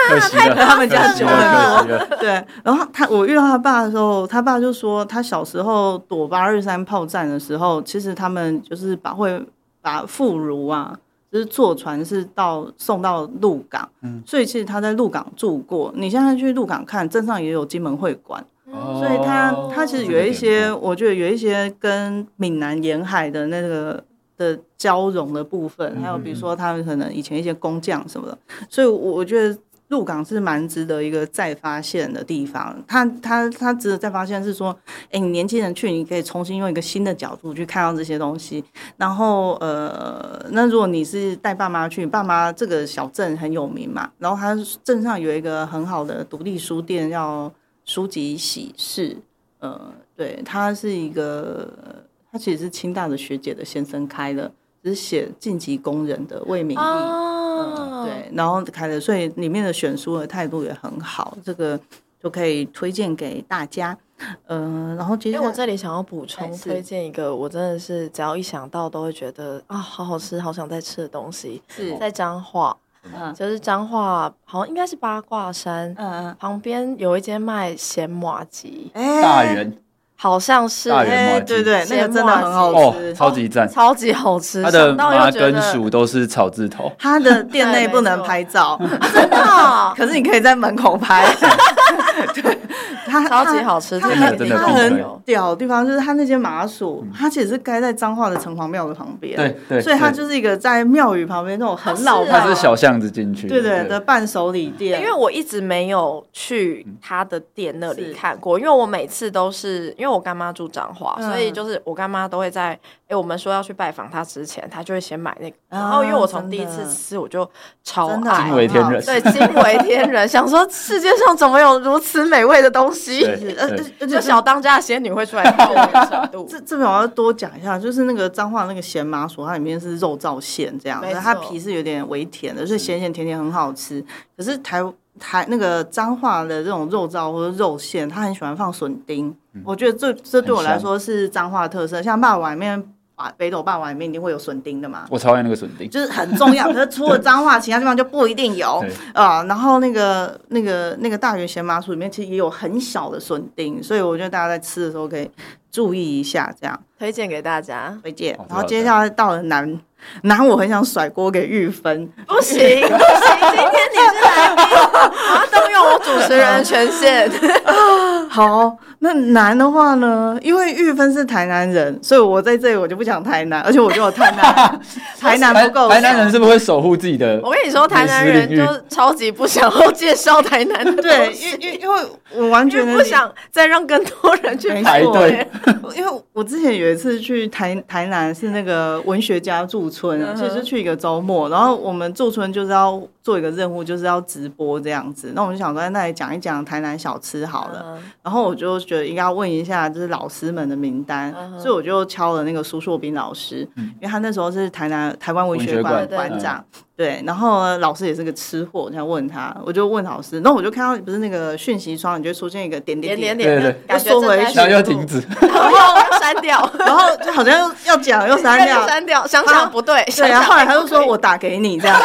可惜了，
他们家
可惜了，可惜了，
对，然后他我遇到他爸的时候，他爸就说他小时候躲八二三炮战的时候，其实他们就是把会把妇孺啊，就是坐船是到送到鹿港，
嗯
所以其实他在鹿港住过。你现在去鹿港看，镇上也有金门会馆，所以它
哦
它其实有一些，我觉得有一些跟闽南沿海的那个的交融的部分，还有比如说他们可能以前一些工匠什么的，所以我我觉得鹿港是蛮值得一个再发现的地方。它它它值得再发现是说，哎，你年轻人去，你可以重新用一个新的角度去看到这些东西。然后呃，那如果你是带爸妈去，你爸妈这个小镇很有名嘛，然后它镇上有一个很好的独立书店叫。书籍喜事，呃，对，他是一个，他其实是清大的学姐的先生开的，只是写晋级工人的魏明义。
哦
嗯，对，然后开的，所以里面的选书的态度也很好，这个就可以推荐给大家。嗯、然后接
因
下
为
来
哎我这里想要补充
哎是
推荐一个，我真的是只要一想到都会觉得啊，好好吃，好想再吃的东西，
是
在彰化，
嗯
就是彰化好像应该是八卦山
嗯，
旁边有一间卖咸麻鸡，
哎
大 圆
好像是
大圆
哎，对对，那个真的很好
哦，
吃。
超级赞，
超级好吃，
它的
想到又
麻
觉得
跟 薯都是草字头，
它的店内不能拍照，
啊
可是你可以在门口拍。对，
超级好吃，
它
推
真的
荐给听
真的
它
必
众
推
很
友
屌的地方就是它那间麻薯，它其实是盖在彰化的城隍庙的旁边，
对对
所以它
对
就是一个在庙宇旁边那种很老
哦是
派
啊
它是小巷子进去的，
对对的伴手礼店，
因为我一直没有去他的店那里
是
看过，因为我每次都是因为我干妈住彰化，
嗯
所以就是我干妈都会在哎、我们说要去拜访她之前，她就会先买那个。
啊
然后因为我从第一
真
次
的
吃我就超
真的
爱
惊，为天人
对，惊为天人，想说世界上怎么有如此美味的东西？
对
而
对
而而且
就小当家的仙女会出来跳舞的程 度，
这这边我要多讲一下，就是那个彰化那个咸麻薯，它里面是肉燥馅这样，
没错嗯
它皮是有点微甜的，所以咸咸甜甜很好吃。可是台台那个彰化的这种肉燥或者肉馅，它很喜欢放笋丁，
嗯
我觉得这这对我来说是彰化特色。像霸王里面，啊北斗霸王里面一定会有笋丁 的嘛。
我超爱那个笋丁，
就是很重要，可是除了彰化，其他地方就不一定有
对
啊、然后那个、那个、那个大圆咸麻薯里面其实也有很小的笋丁，所以我觉得大家在吃的时候可以注意一下，这样。
推荐给大家。
推荐
好。的
然
啊
后接下来到了南南，我很想甩锅给玉芬，
不 行不行，今天你是来宾，我要动用我主持人的权限。
好，那南的话呢，因为玉芬是台南人，所以我在这里我就不讲台南，而且我就有台 南，台南
台
不够熟哦
台南人是不是会守护自己的？
我跟你说，台南人
美食领域
就超级不想要介绍台南的
对，
东
因
西，
因因为我完
就
全
不想再让更多人去
没
排
错
队。
因为我之前有一次去台台南是那个文学家驻村，
嗯哼
所以是去一个周末，然后我们驻村就是要做一个任务，就是要直播这样子。那我们就想说在那里讲一讲台南小吃好了。
嗯
然后我就觉得应该要问一下，就是老师们的名单
嗯哼
所以我就敲了那个苏硕斌老师，因为他那时候是台南台湾文学
文
馆
学
馆
馆长，对。然后呢老师也是个吃货，我想问他，我就问老师，那我就看到不是那个讯息窗，你就会出现一个点点
点点
点，
点
对
的
对
感觉
又缩回
正在
去
然后又
进入
停，止，
然后又删掉，
然后就好像又要讲又删掉，
删掉，想想不对，
对
想
啊，
想
后来他就说我打给你这样，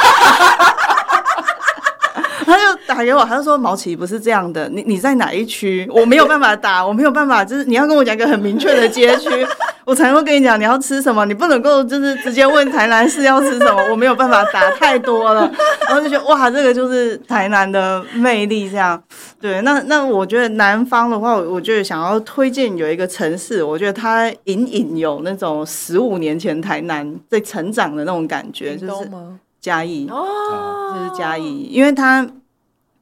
他就打给我，他就说毛奇不是这样的，你你在哪一区？我没有办法打，我没有办法，就是你要跟我讲一个很明确的街区， 我才会跟你讲你要吃什么，你不能够就是直接问台南市要吃什么，我没有办法打太多了，然后就觉得哇，这个就是台南的魅力这样。对，那那我觉得南方的话，我我觉得想要推荐有一个城市，我觉得它隐隐有那种十五年前台南在成长的那种感觉，就
屏东
是
吗？
嘉义，
哦，
就是嘉义，因为它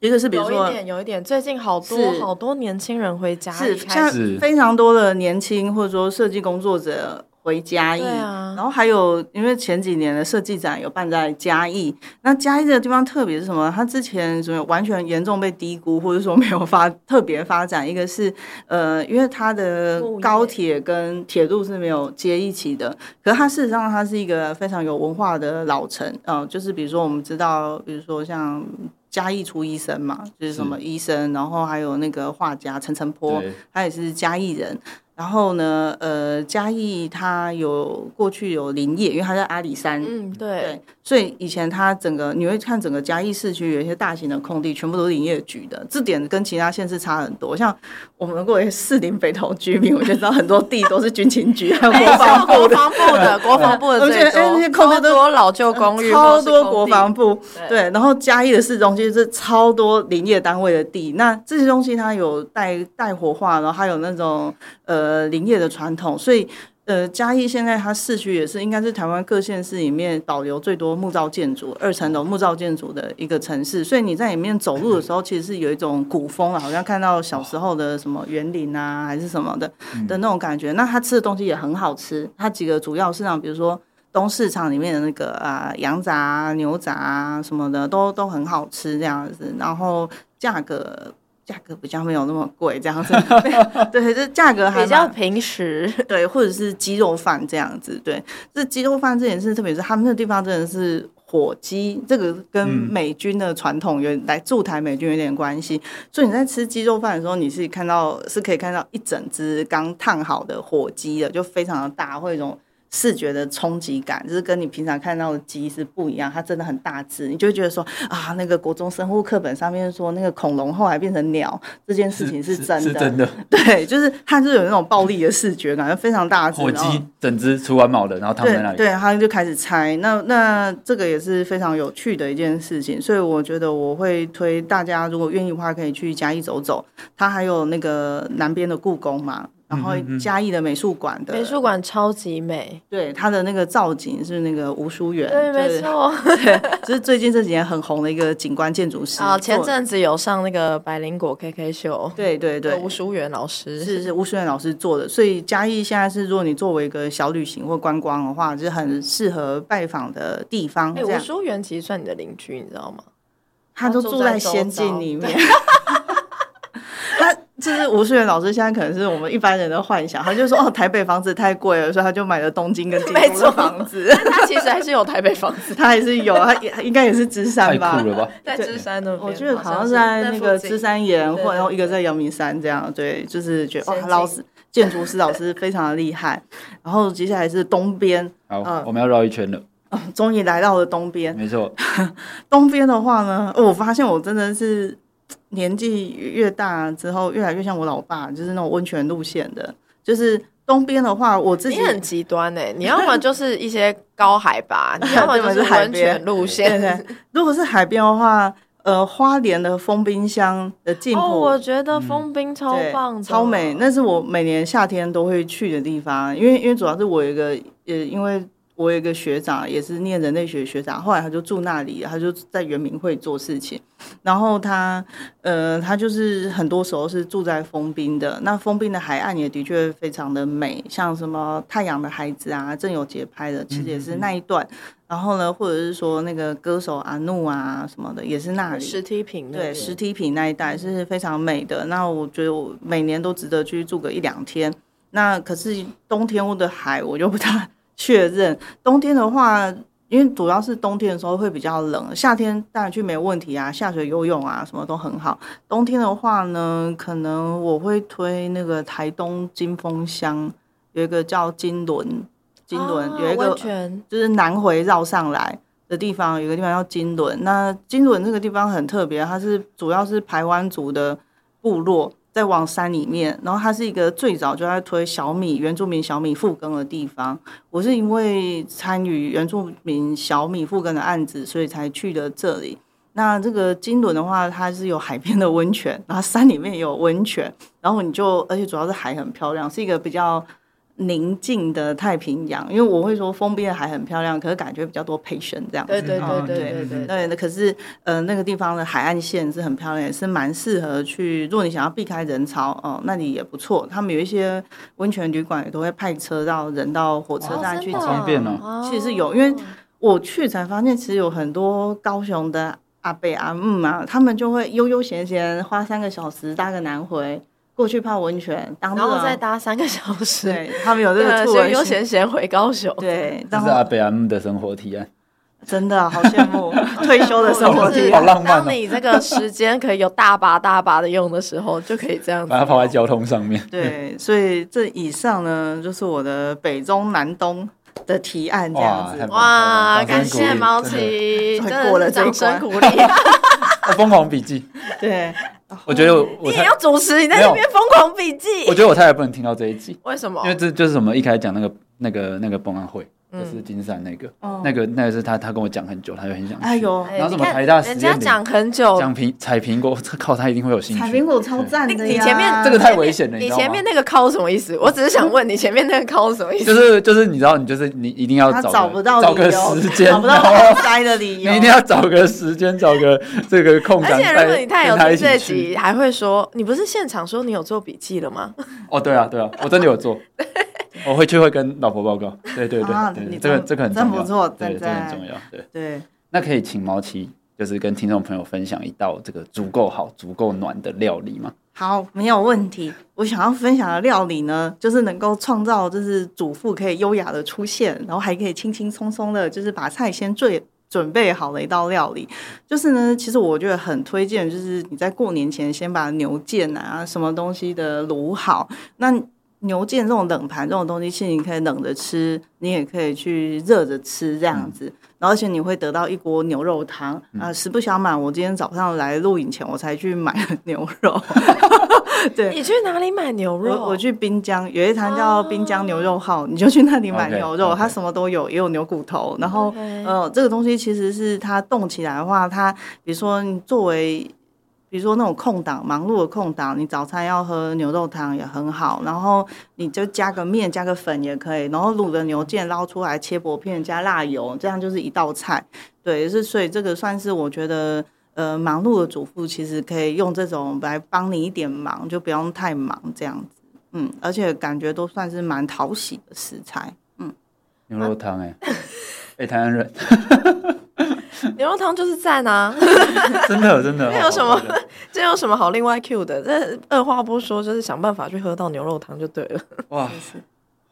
一个是比如
有一
说
点，有一点，最近好多
是
好多年轻人回家
是
一开
像
始
是
非常多的年轻或者说设计工作者回嘉义，
对啊
然后还有因为前几年的设计展有办在嘉义，那嘉义这个地方特别是什么？它之前什么完全严重被低估，或者说没有发特别发展。一个是呃，因为它的
物业
高铁跟铁路是没有接一起的，可是它事实上它是一个非常有文化的老城，呃，就是比如说我们知道，比如说像。嘉义出医生嘛，就是什么医生，然后还有那个画家陈澄波，
对
他也是嘉义人。然后呢，呃，嘉义他有过去有林业，因为他在阿里山，
嗯，对，
对，所以以前他整个你会看整个嘉义市区有一些大型的空地，全部都是林业局的，这点跟其他县市差很多。像我们作为士林北投居民，我就知道很多地都是军情局还有
哎
国
是
防部
国防部的，国防部的
而且
最
哎那些
多，
空
超
间都
多老旧公寓，
超多国
防。
防部，
对
对，然后嘉义的市中心是超多林业单位的地，那这些东西它有带带活化，然后还有那种呃林业的传统，所以呃嘉义现在它市区也是应该是台湾各县市里面保留最多木造建筑、二层楼木造建筑的一个城市，所以你在里面走路的时候，其实是有一种古风啊了，好像看到小时候的什么园林啊，还是什么的的那种感觉。那它吃的东西也很好吃，它几个主要市场，比如说。东市场里面的那个啊、羊杂啊、牛杂啊什么的，都都很好吃这样子，然后价格价格比较没有那么贵这样子，对，这价格还
比较
蛮
平时，
对，或者是鸡肉饭这样子，对，这鸡肉饭这件事，特别是他们那地方真的是火鸡，这个跟
嗯
美军的传统有来驻台美军有点关系，所以你在吃鸡肉饭的时候，你是看到是可以看到一整只刚烫好的火鸡的，就非常的大，会有一种视觉的冲击感，就是跟你平常看到的鸡是不一样，它真的很大只，你就会觉得说啊，那个国中生物课本上面说那个恐龙后来变成鸟这件事情真
是真的。
对，就是它就有那种暴力的视觉感，非常大只，
火
然后
鸡整只除完毛的，然后躺在那
对
里。
对，他就开始猜。那那这个也是非常有趣的一件事情，所以我觉得我会推大家，如果愿意的话，可以去嘉义走走。它还有那个南边的故宫嘛，然
嗯
后嘉义的美术馆的
美术馆超级美，
对它的那个造景是那个吴淑媛，
对，
就
没
是
错。
就是最近这几年很红的一个景观建筑师
啊，前
做的
阵子有上那个百灵果 KK 秀，
对对对，
吴淑媛老师
是是吴淑媛老师做的，所以嘉义现在是，如果你作为一个小旅行或观光的话，就是很适合拜访的地方。
哎，
这
吴
样。
淑媛其实算你的邻居，你知道吗？
他都住在仙境里面。 他就是吴世元老师，现在可能是我们一般人的幻想。他就说哦，台北房子太贵了，所以他就买了东京跟京
没
都
错
的房子。 ，
他其实还是有台北房子
他还是有，他也应该也是芝
太
山吧
酷？了吧！
在芝山那边，
我记得好像
是
是在那个
附近
芝山岩，
对
或然后一个在阳明山这样。对，就是觉得哇哦
仙，境
老师建筑师老师非常的厉害。然后接下来是东边，
好，
嗯
我们要绕一圈了，
终于来到了东边。
没错，
东边的话呢，哦我发现我真的是年纪越大之后，越来越像我老爸，就是那种温泉路线的。就是东边的话，我自己
你很极端哎、你要么就是一些高海拔，你要么就
要么就是海
温泉
边
路
对
线。
对，如果是海边的话，呃，花莲的丰冰箱的进
哦，
步。
我觉得封冰超
对
棒的，
超美，那是我每年夏天都会去的地方，因为因为主要是我有一个，呃，因为我有一个学长也是念人类学学长，后来他就住那里，他就在圆明会做事情，然后他，呃，他就是很多时候是住在丰滨的，那丰滨的海岸也的确非常的美，像什么《太阳的孩子》啊，郑有杰拍的，其实也是那一段，然后呢，或者是说那个歌手阿怒啊什么的，也是那里，
实体品那
对，
边
实体品那一带是非常美的。那我觉得我每年都值得去住个一两天。那可是冬天我的海我就不太确认。冬天的话，因为主要是冬天的时候会比较冷，夏天当然去没问题啊，下水游泳啊什么都很好。冬天的话呢，可能我会推那个台东金峰乡有一个叫金轮，金轮、
啊
有一个
温泉，
就是南回绕上来的地方，有个地方叫金轮。那金轮这个地方很特别，它是主要是排湾族的部落在往山里面，然后它是一个最早就在推小米原住民小米复耕的地方。我是因为参与原住民小米复耕的案子，所以才去了这里。那这个金轮的话，它是有海边的温泉，然后山里面也有温泉，然后你就，而且主要是海很漂亮，是一个比较宁静的太平洋。因为我会说封闭的海很漂亮，可是感觉比较多 patient 这样子。
对对对
嗯
对
对
对对对，
对，那可是呃，那个地方的海岸线是很漂亮，也是蛮适合去。如果你想要避开人潮哦、那里也不错。他们有一些温泉旅馆也都会派车到人到火车
哦
站去
真
接
的
好方便哦
哦，
其实有因为我去才发现，其实有很多高雄的阿伯阿姆啊，他们就会悠悠闲闲花三个小时搭个南回过去泡温泉，当
然后
热
再搭三个小时，
对他 们有这个
就
兔儿
悠闲闲回高雄，
对，
这
然
是啊
后
阿北阿木的生活体验。
真的好羡慕退休的生活
就
体
是
验
好。浪漫哦
当你这个时间可以有大把大把的用的时候，就可以这样子
把它抛在交通上面。
对，
嗯
所以这以上呢，就是我的北中南东的提案这样
哇，太
子。
棒
哇，
了！
感谢毛
毛，
奇，真
真的
的
过了
是
这一
掌声
关
鼓励。
我疯狂笔记。
对，
我觉得我我
你
太
也，要主持，你在那边疯狂笔记，
我觉得我太太不能听到这一集，
为什么
哦
因？为这就是我们一开始讲那个那个那个崩案会，就是金山那个，
嗯哦
那个那个是他他跟我讲很久，他就很想去。
哎呦，
哎
然后什
你
么
看
台大实
人
验
家
林
讲很久，
讲苹采苹果，这靠他一定会有兴
采
趣
苹。果啊超赞的
你
呀！
前面
这个太危险了，
你
知道
前
吗
面？那个敲什么意思？我只是想问你前面那个敲什么意思？
就是就是你知道，你就是你一定要
他
找
找
个
不到
找
理
个
由，
时间，
找不到
然后
塞的 理
你
由。
一定要找个时间，找个这个空档
而
带。
且如果你太有
跟他
听
一起
这
去
集，还会说你不是现场说你有做笔记了吗？
哦，对啊，对啊，我真的有 做，我回去会跟老婆报告。对对对，
啊
对
你
这个
真
这个很
真
重
不
要，
错
对，这
赞
个很
赞
重要。对，
对，
那可以请毛奇，就是跟听众朋友分享一道这个足够好、足够暖的料理吗？
好，没有问题。我想要分享的料理呢，就是能够创造就是主妇可以优雅的出现，然后还可以轻轻松松的，就是把菜先做准备好了一道料理，就是呢，其实我觉得很推荐，就是你在过年前先把牛腱啊什么东西的卤好。那牛腱这种冷盘这种东西，其实你可以冷着吃，你也可以去热着吃这样子。然后而且你会得到一锅牛肉汤啊、呃实不相瞒，我今天早上来录影前我才去买了 牛肉，对，
你去哪里买牛肉？
我我去滨江有一摊叫滨江牛肉号，你就去那里买
OK，
牛肉
OK
它什么都有，也有牛骨头。然后
OK
呃，这个东西其实是它冻起来的话，它比如说你作为。比如说那种空档，忙碌的空档，你早餐要喝牛肉汤也很好，然后你就加个面、加个粉也可以，然后卤的牛腱捞出来切薄片，加辣油，这样就是一道菜。对，是所以这个算是我觉得呃，忙碌的主妇其实可以用这种来帮你一点忙，就不用太忙这样子。嗯，而且感觉都算是蛮讨喜的食材。
牛肉汤 哎、欸，哎、台湾人
牛肉汤就是赞啊，
真的真的，哦
那有什么
好好好
这有什么好另外 Q 的？这二话不说就是想办法去喝到牛肉汤就嗯对了。
哇，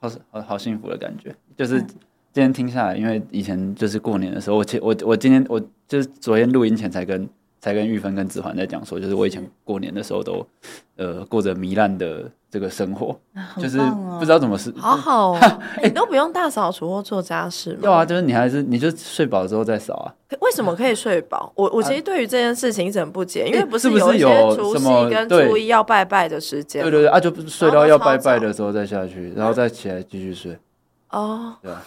好好好幸福的感觉。就是今天听下来，因为以前就是过年的时候，我前我我今天我就是昨天录音前才跟才跟玉芬跟子环在讲说，就是我以前过年的时候都呃过着糜烂的这个生活，
啊
就是
棒哦
不知道怎么是。
好好、 哦，你都不用大扫除或做家事吗？
要哎啊，就是你还是你就睡饱之后再扫啊，
可为什么可以睡饱？我我其实对于这件事情一直很不解，因为
诶
不
呃哎是不是
有一些
有
除
什
夕
么
跟
对
初一要拜拜的时间吗？
对对对啊，就不是睡
然后
到要
超
拜拜
早嗯
的时候再下去，然后再起来继续睡，
哦，
对啊，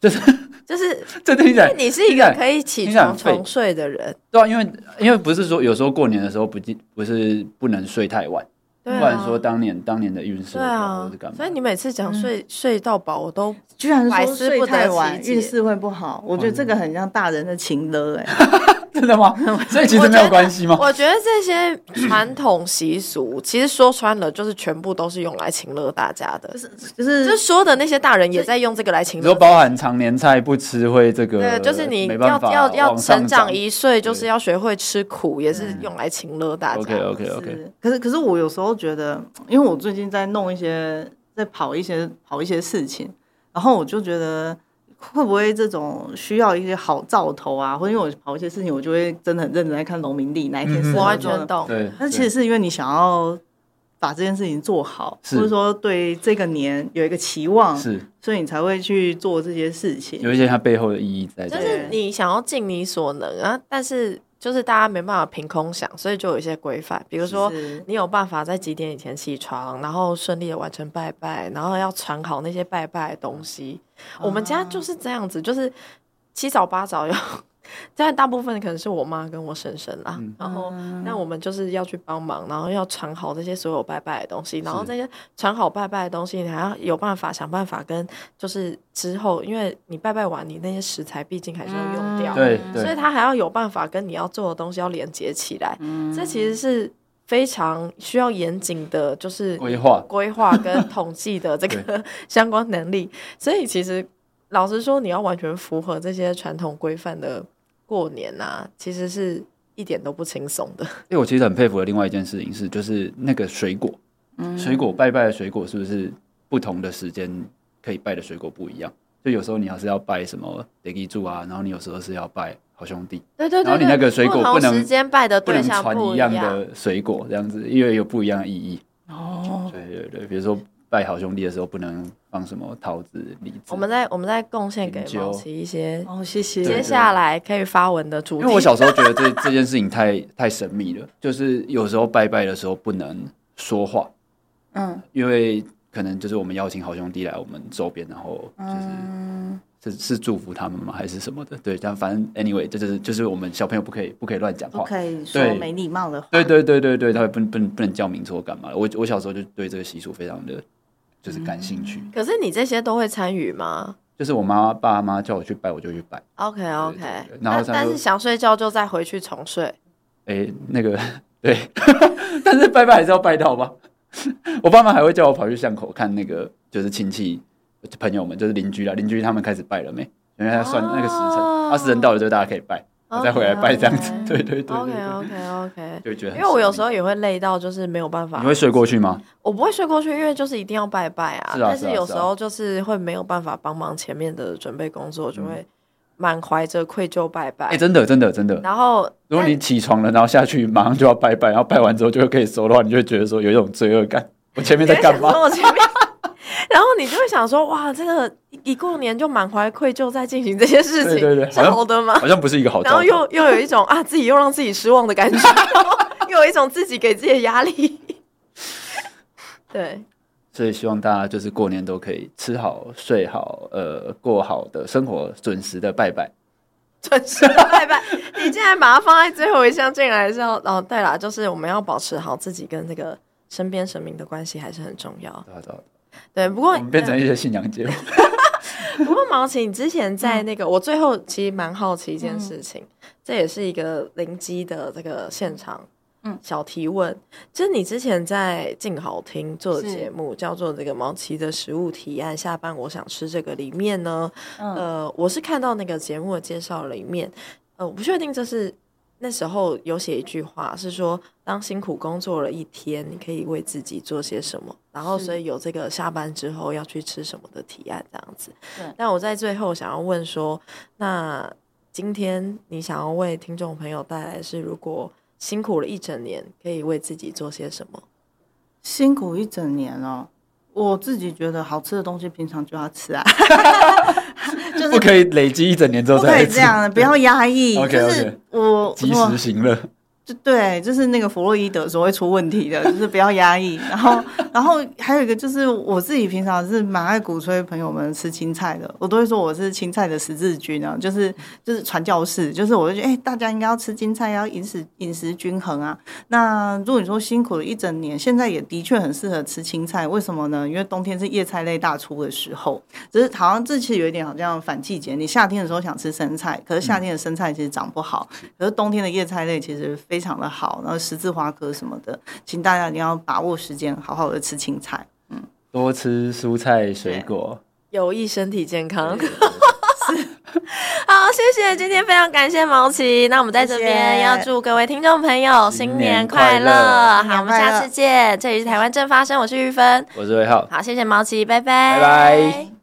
就是
就是
这 听起
因
来
为你是一个可以起
听起来
床
很废
重睡的人，
对啊，因为因为不是说有时候过年的时候不记不是不能睡太晚，
对
不然
啊
说，当年当年的运势
对
不好
啊
或是干嘛，嗯
所以你每次讲睡睡到饱，我都
居然
百
说
思
睡
不得
太
其
晚
解哦
运势会不好，我觉得这个很像大人的情勒哎、
真的吗？ 所以其实没有关系吗？
我觉得这些传统习俗，其实说穿了就是全部都是用来请乐大家的。
就是
就说的那些大人也在用这个来请
你
乐
说。包含常年菜不吃会这个，
对，就是你
呃没
要
办法
要要
往上
成长一岁，就是
对
要学会吃苦，也是用来请乐大家。
OK OK OK，
是可是可是我有时候觉得，因为我最近在弄一些，在跑一些跑一些事情，然后我就觉得。会不会这种需要一些好兆头啊？或者因为我跑一些事情，我就会真的很认真在看农民历哪一天
嗯
是
嗯
我
合
完
作的
全懂。
对，
但其实是因为你想要把这件事情做好，
是
或者说对这个年有一个期望，
是
所以你才会去做这些事情。
有一些它背后的意义在这
就
里，
是你想要尽你所能啊，但是就是大家没办法凭空想，所以就有一些规范，比如说
是
你有办法在几点以前起床，然后顺利的完成拜拜，然后要传好那些拜拜的东西。我们家就是这样子，就是七早八早要。当然，大部分可能是我妈跟我婶婶啦，然后那我们就是要去帮忙，然后要传好这些所有拜拜的东西，然后这些传好拜拜的东西，你还要有办法想办法跟就是之后，因为你拜拜完，你那些食材毕竟还是要用掉，
对
嗯
对
所以他还要有办法跟你要做的东西要连接起来，
嗯
这其实是非常需要严谨的，就是
规划
规划跟统计的这个 相关能力。所以其实老实说，你要完全符合这些传统规范的过年啊，其实是一点都不轻松的。
因为哎我其实很佩服的另外一件事情是，就是那个水果，
嗯
水果拜拜的水果是不是不同的时间可以拜的水果不一样？就有时候你要是要拜什么得基柱啊，然后你有时候是要拜好兄弟，
对对
然后你那个水果
不同
不能
时间拜的
不
对
能
象
传
不
一
一
样的水果这样子，因为有不一样的意义。
哦，
对对对，比如说拜好兄弟的时候不能放什么桃子、梨子。
我们在我们在贡献给
饮酒
毛奇一些
哦，谢谢。
接下来可以发文的主
因
题
为。我小时候觉得这 这件事情太太神秘了，就是有时候拜拜的时候不能说话，
嗯
因为可能就是我们邀请好兄弟来我们周边，然后就是
嗯，
是是祝福他们吗？还是什么的？对，但反正 anyway，这就是就是我们小朋友不可以不可以乱讲
不
话。
可以说
对
没礼貌的话。
对对对对对，他也不能不能不能叫名错干嘛的？我我小时候就对这个习俗非常的就是感兴趣，
可是你这些都会参与吗
就是我妈爸妈叫我去拜我就去拜。
？OK
对
OK，
对然后
但
他
但
就是
想睡觉就再回去重睡。
哎、那个对， 但是拜拜还是要拜到吧。我爸妈还会叫我跑去巷口看那个，就是亲戚朋友们，就是邻居啦，邻居他们开始拜了没？因为他算那个时辰，
哦
啊，时辰到了就大家可以拜，我再回来拜这样子
OK，OK。
对对对对
OK
对
OK OK，
就觉得
因
很
为我有时
神
候也会累到，就是没有办
秘
法
你，会睡过去吗？
我不会睡过去，因为就是一定要拜拜啊。
是啊
但
是
是
啊
有
是
时
啊
候就是会没有办法帮忙前面的准备工作，就会满怀着愧疚拜拜，
嗯哎、真的真的真的，
然后
如果你起床了，然后下去马上就要拜拜，然后拜完之后就会可以收的话，你就会觉得说有一种罪恶感，我前面在干 嘛？
我前面，然后你就会想说，哇，真的，一过年就满怀愧疚在进行这些事情，
对对对
是好的吗？
好像不是一个好
然
兆
后
头。
又又有一种啊，自己又让自己失望的感觉， 然后又有一种自己给自己的压力。 对，
所以希望大家就是过年都可以吃好、睡好，呃，过好的生活，准时的拜拜。
准时拜拜。你竟然把它放在最后一项进来之后，哦，对啦，就是我们要保持好自己跟这个身边神明的关系还是很重要。
对啊对啊
对，不过
我们变成一些信仰节目，
不过毛奇，你之前
嗯
在那个，我最后其实蛮好奇一件事情，这也是一个灵机的这个现场，
嗯
小提问，就是你之前在静好听做的
是
节目叫做这个毛奇的食物提案，下班我想吃这个里面呢，
嗯
呃，我是看到那个节目的介绍里面，呃，我不确定这是。那时候有写一句话是说，当辛苦工作了一天，你可以为自己做些什么。然后，
是
所以有这个下班之后要去吃什么的提案这样子。
对
那我在最后想要问说，那今天你想要为听众朋友带来的是，如果辛苦了一整年，可以为自己做些什么？
辛苦一整年哦。我自己觉得好吃的东西平常就要 吃啊，就是
不可以累积一整年之后
不
再
可
来
以
吃
这样，不要压抑。
OK，OK
就是我
及
我
时行乐。
就对，就是那个弗洛伊德所谓出问题的，就是不要压抑。然后，然后还有一个就是我自己平常是蛮爱鼓吹朋友们吃青菜的，我都会说我是青菜的十字军啊，就是就是传教士，就是我就觉得哎、大家应该要吃青菜，要饮食饮食均衡啊。那如果你说辛苦了一整年，现在也的确很适合吃青菜，为什么呢？因为冬天是叶菜类大出的时候，只是好像这次有一点好像反季节，你夏天的时候想吃生菜，可是夏天的生菜其实长不好。可是冬天的叶菜类其实非常的好，然后十字花科什么的，请大家一定要把握时间，好好的吃青菜。
多吃蔬菜水果，
有益身体健康。 好，谢谢，今天非常感谢毛奇。那我们在这边
谢谢
要祝各位听众朋友新
新
年
年
快
快乐
乐！
新
好，
年
我们
快乐
下次见。这里是台湾正发生，我是玉芬。
我是魏浩。
好，谢谢毛奇，拜拜，
拜拜。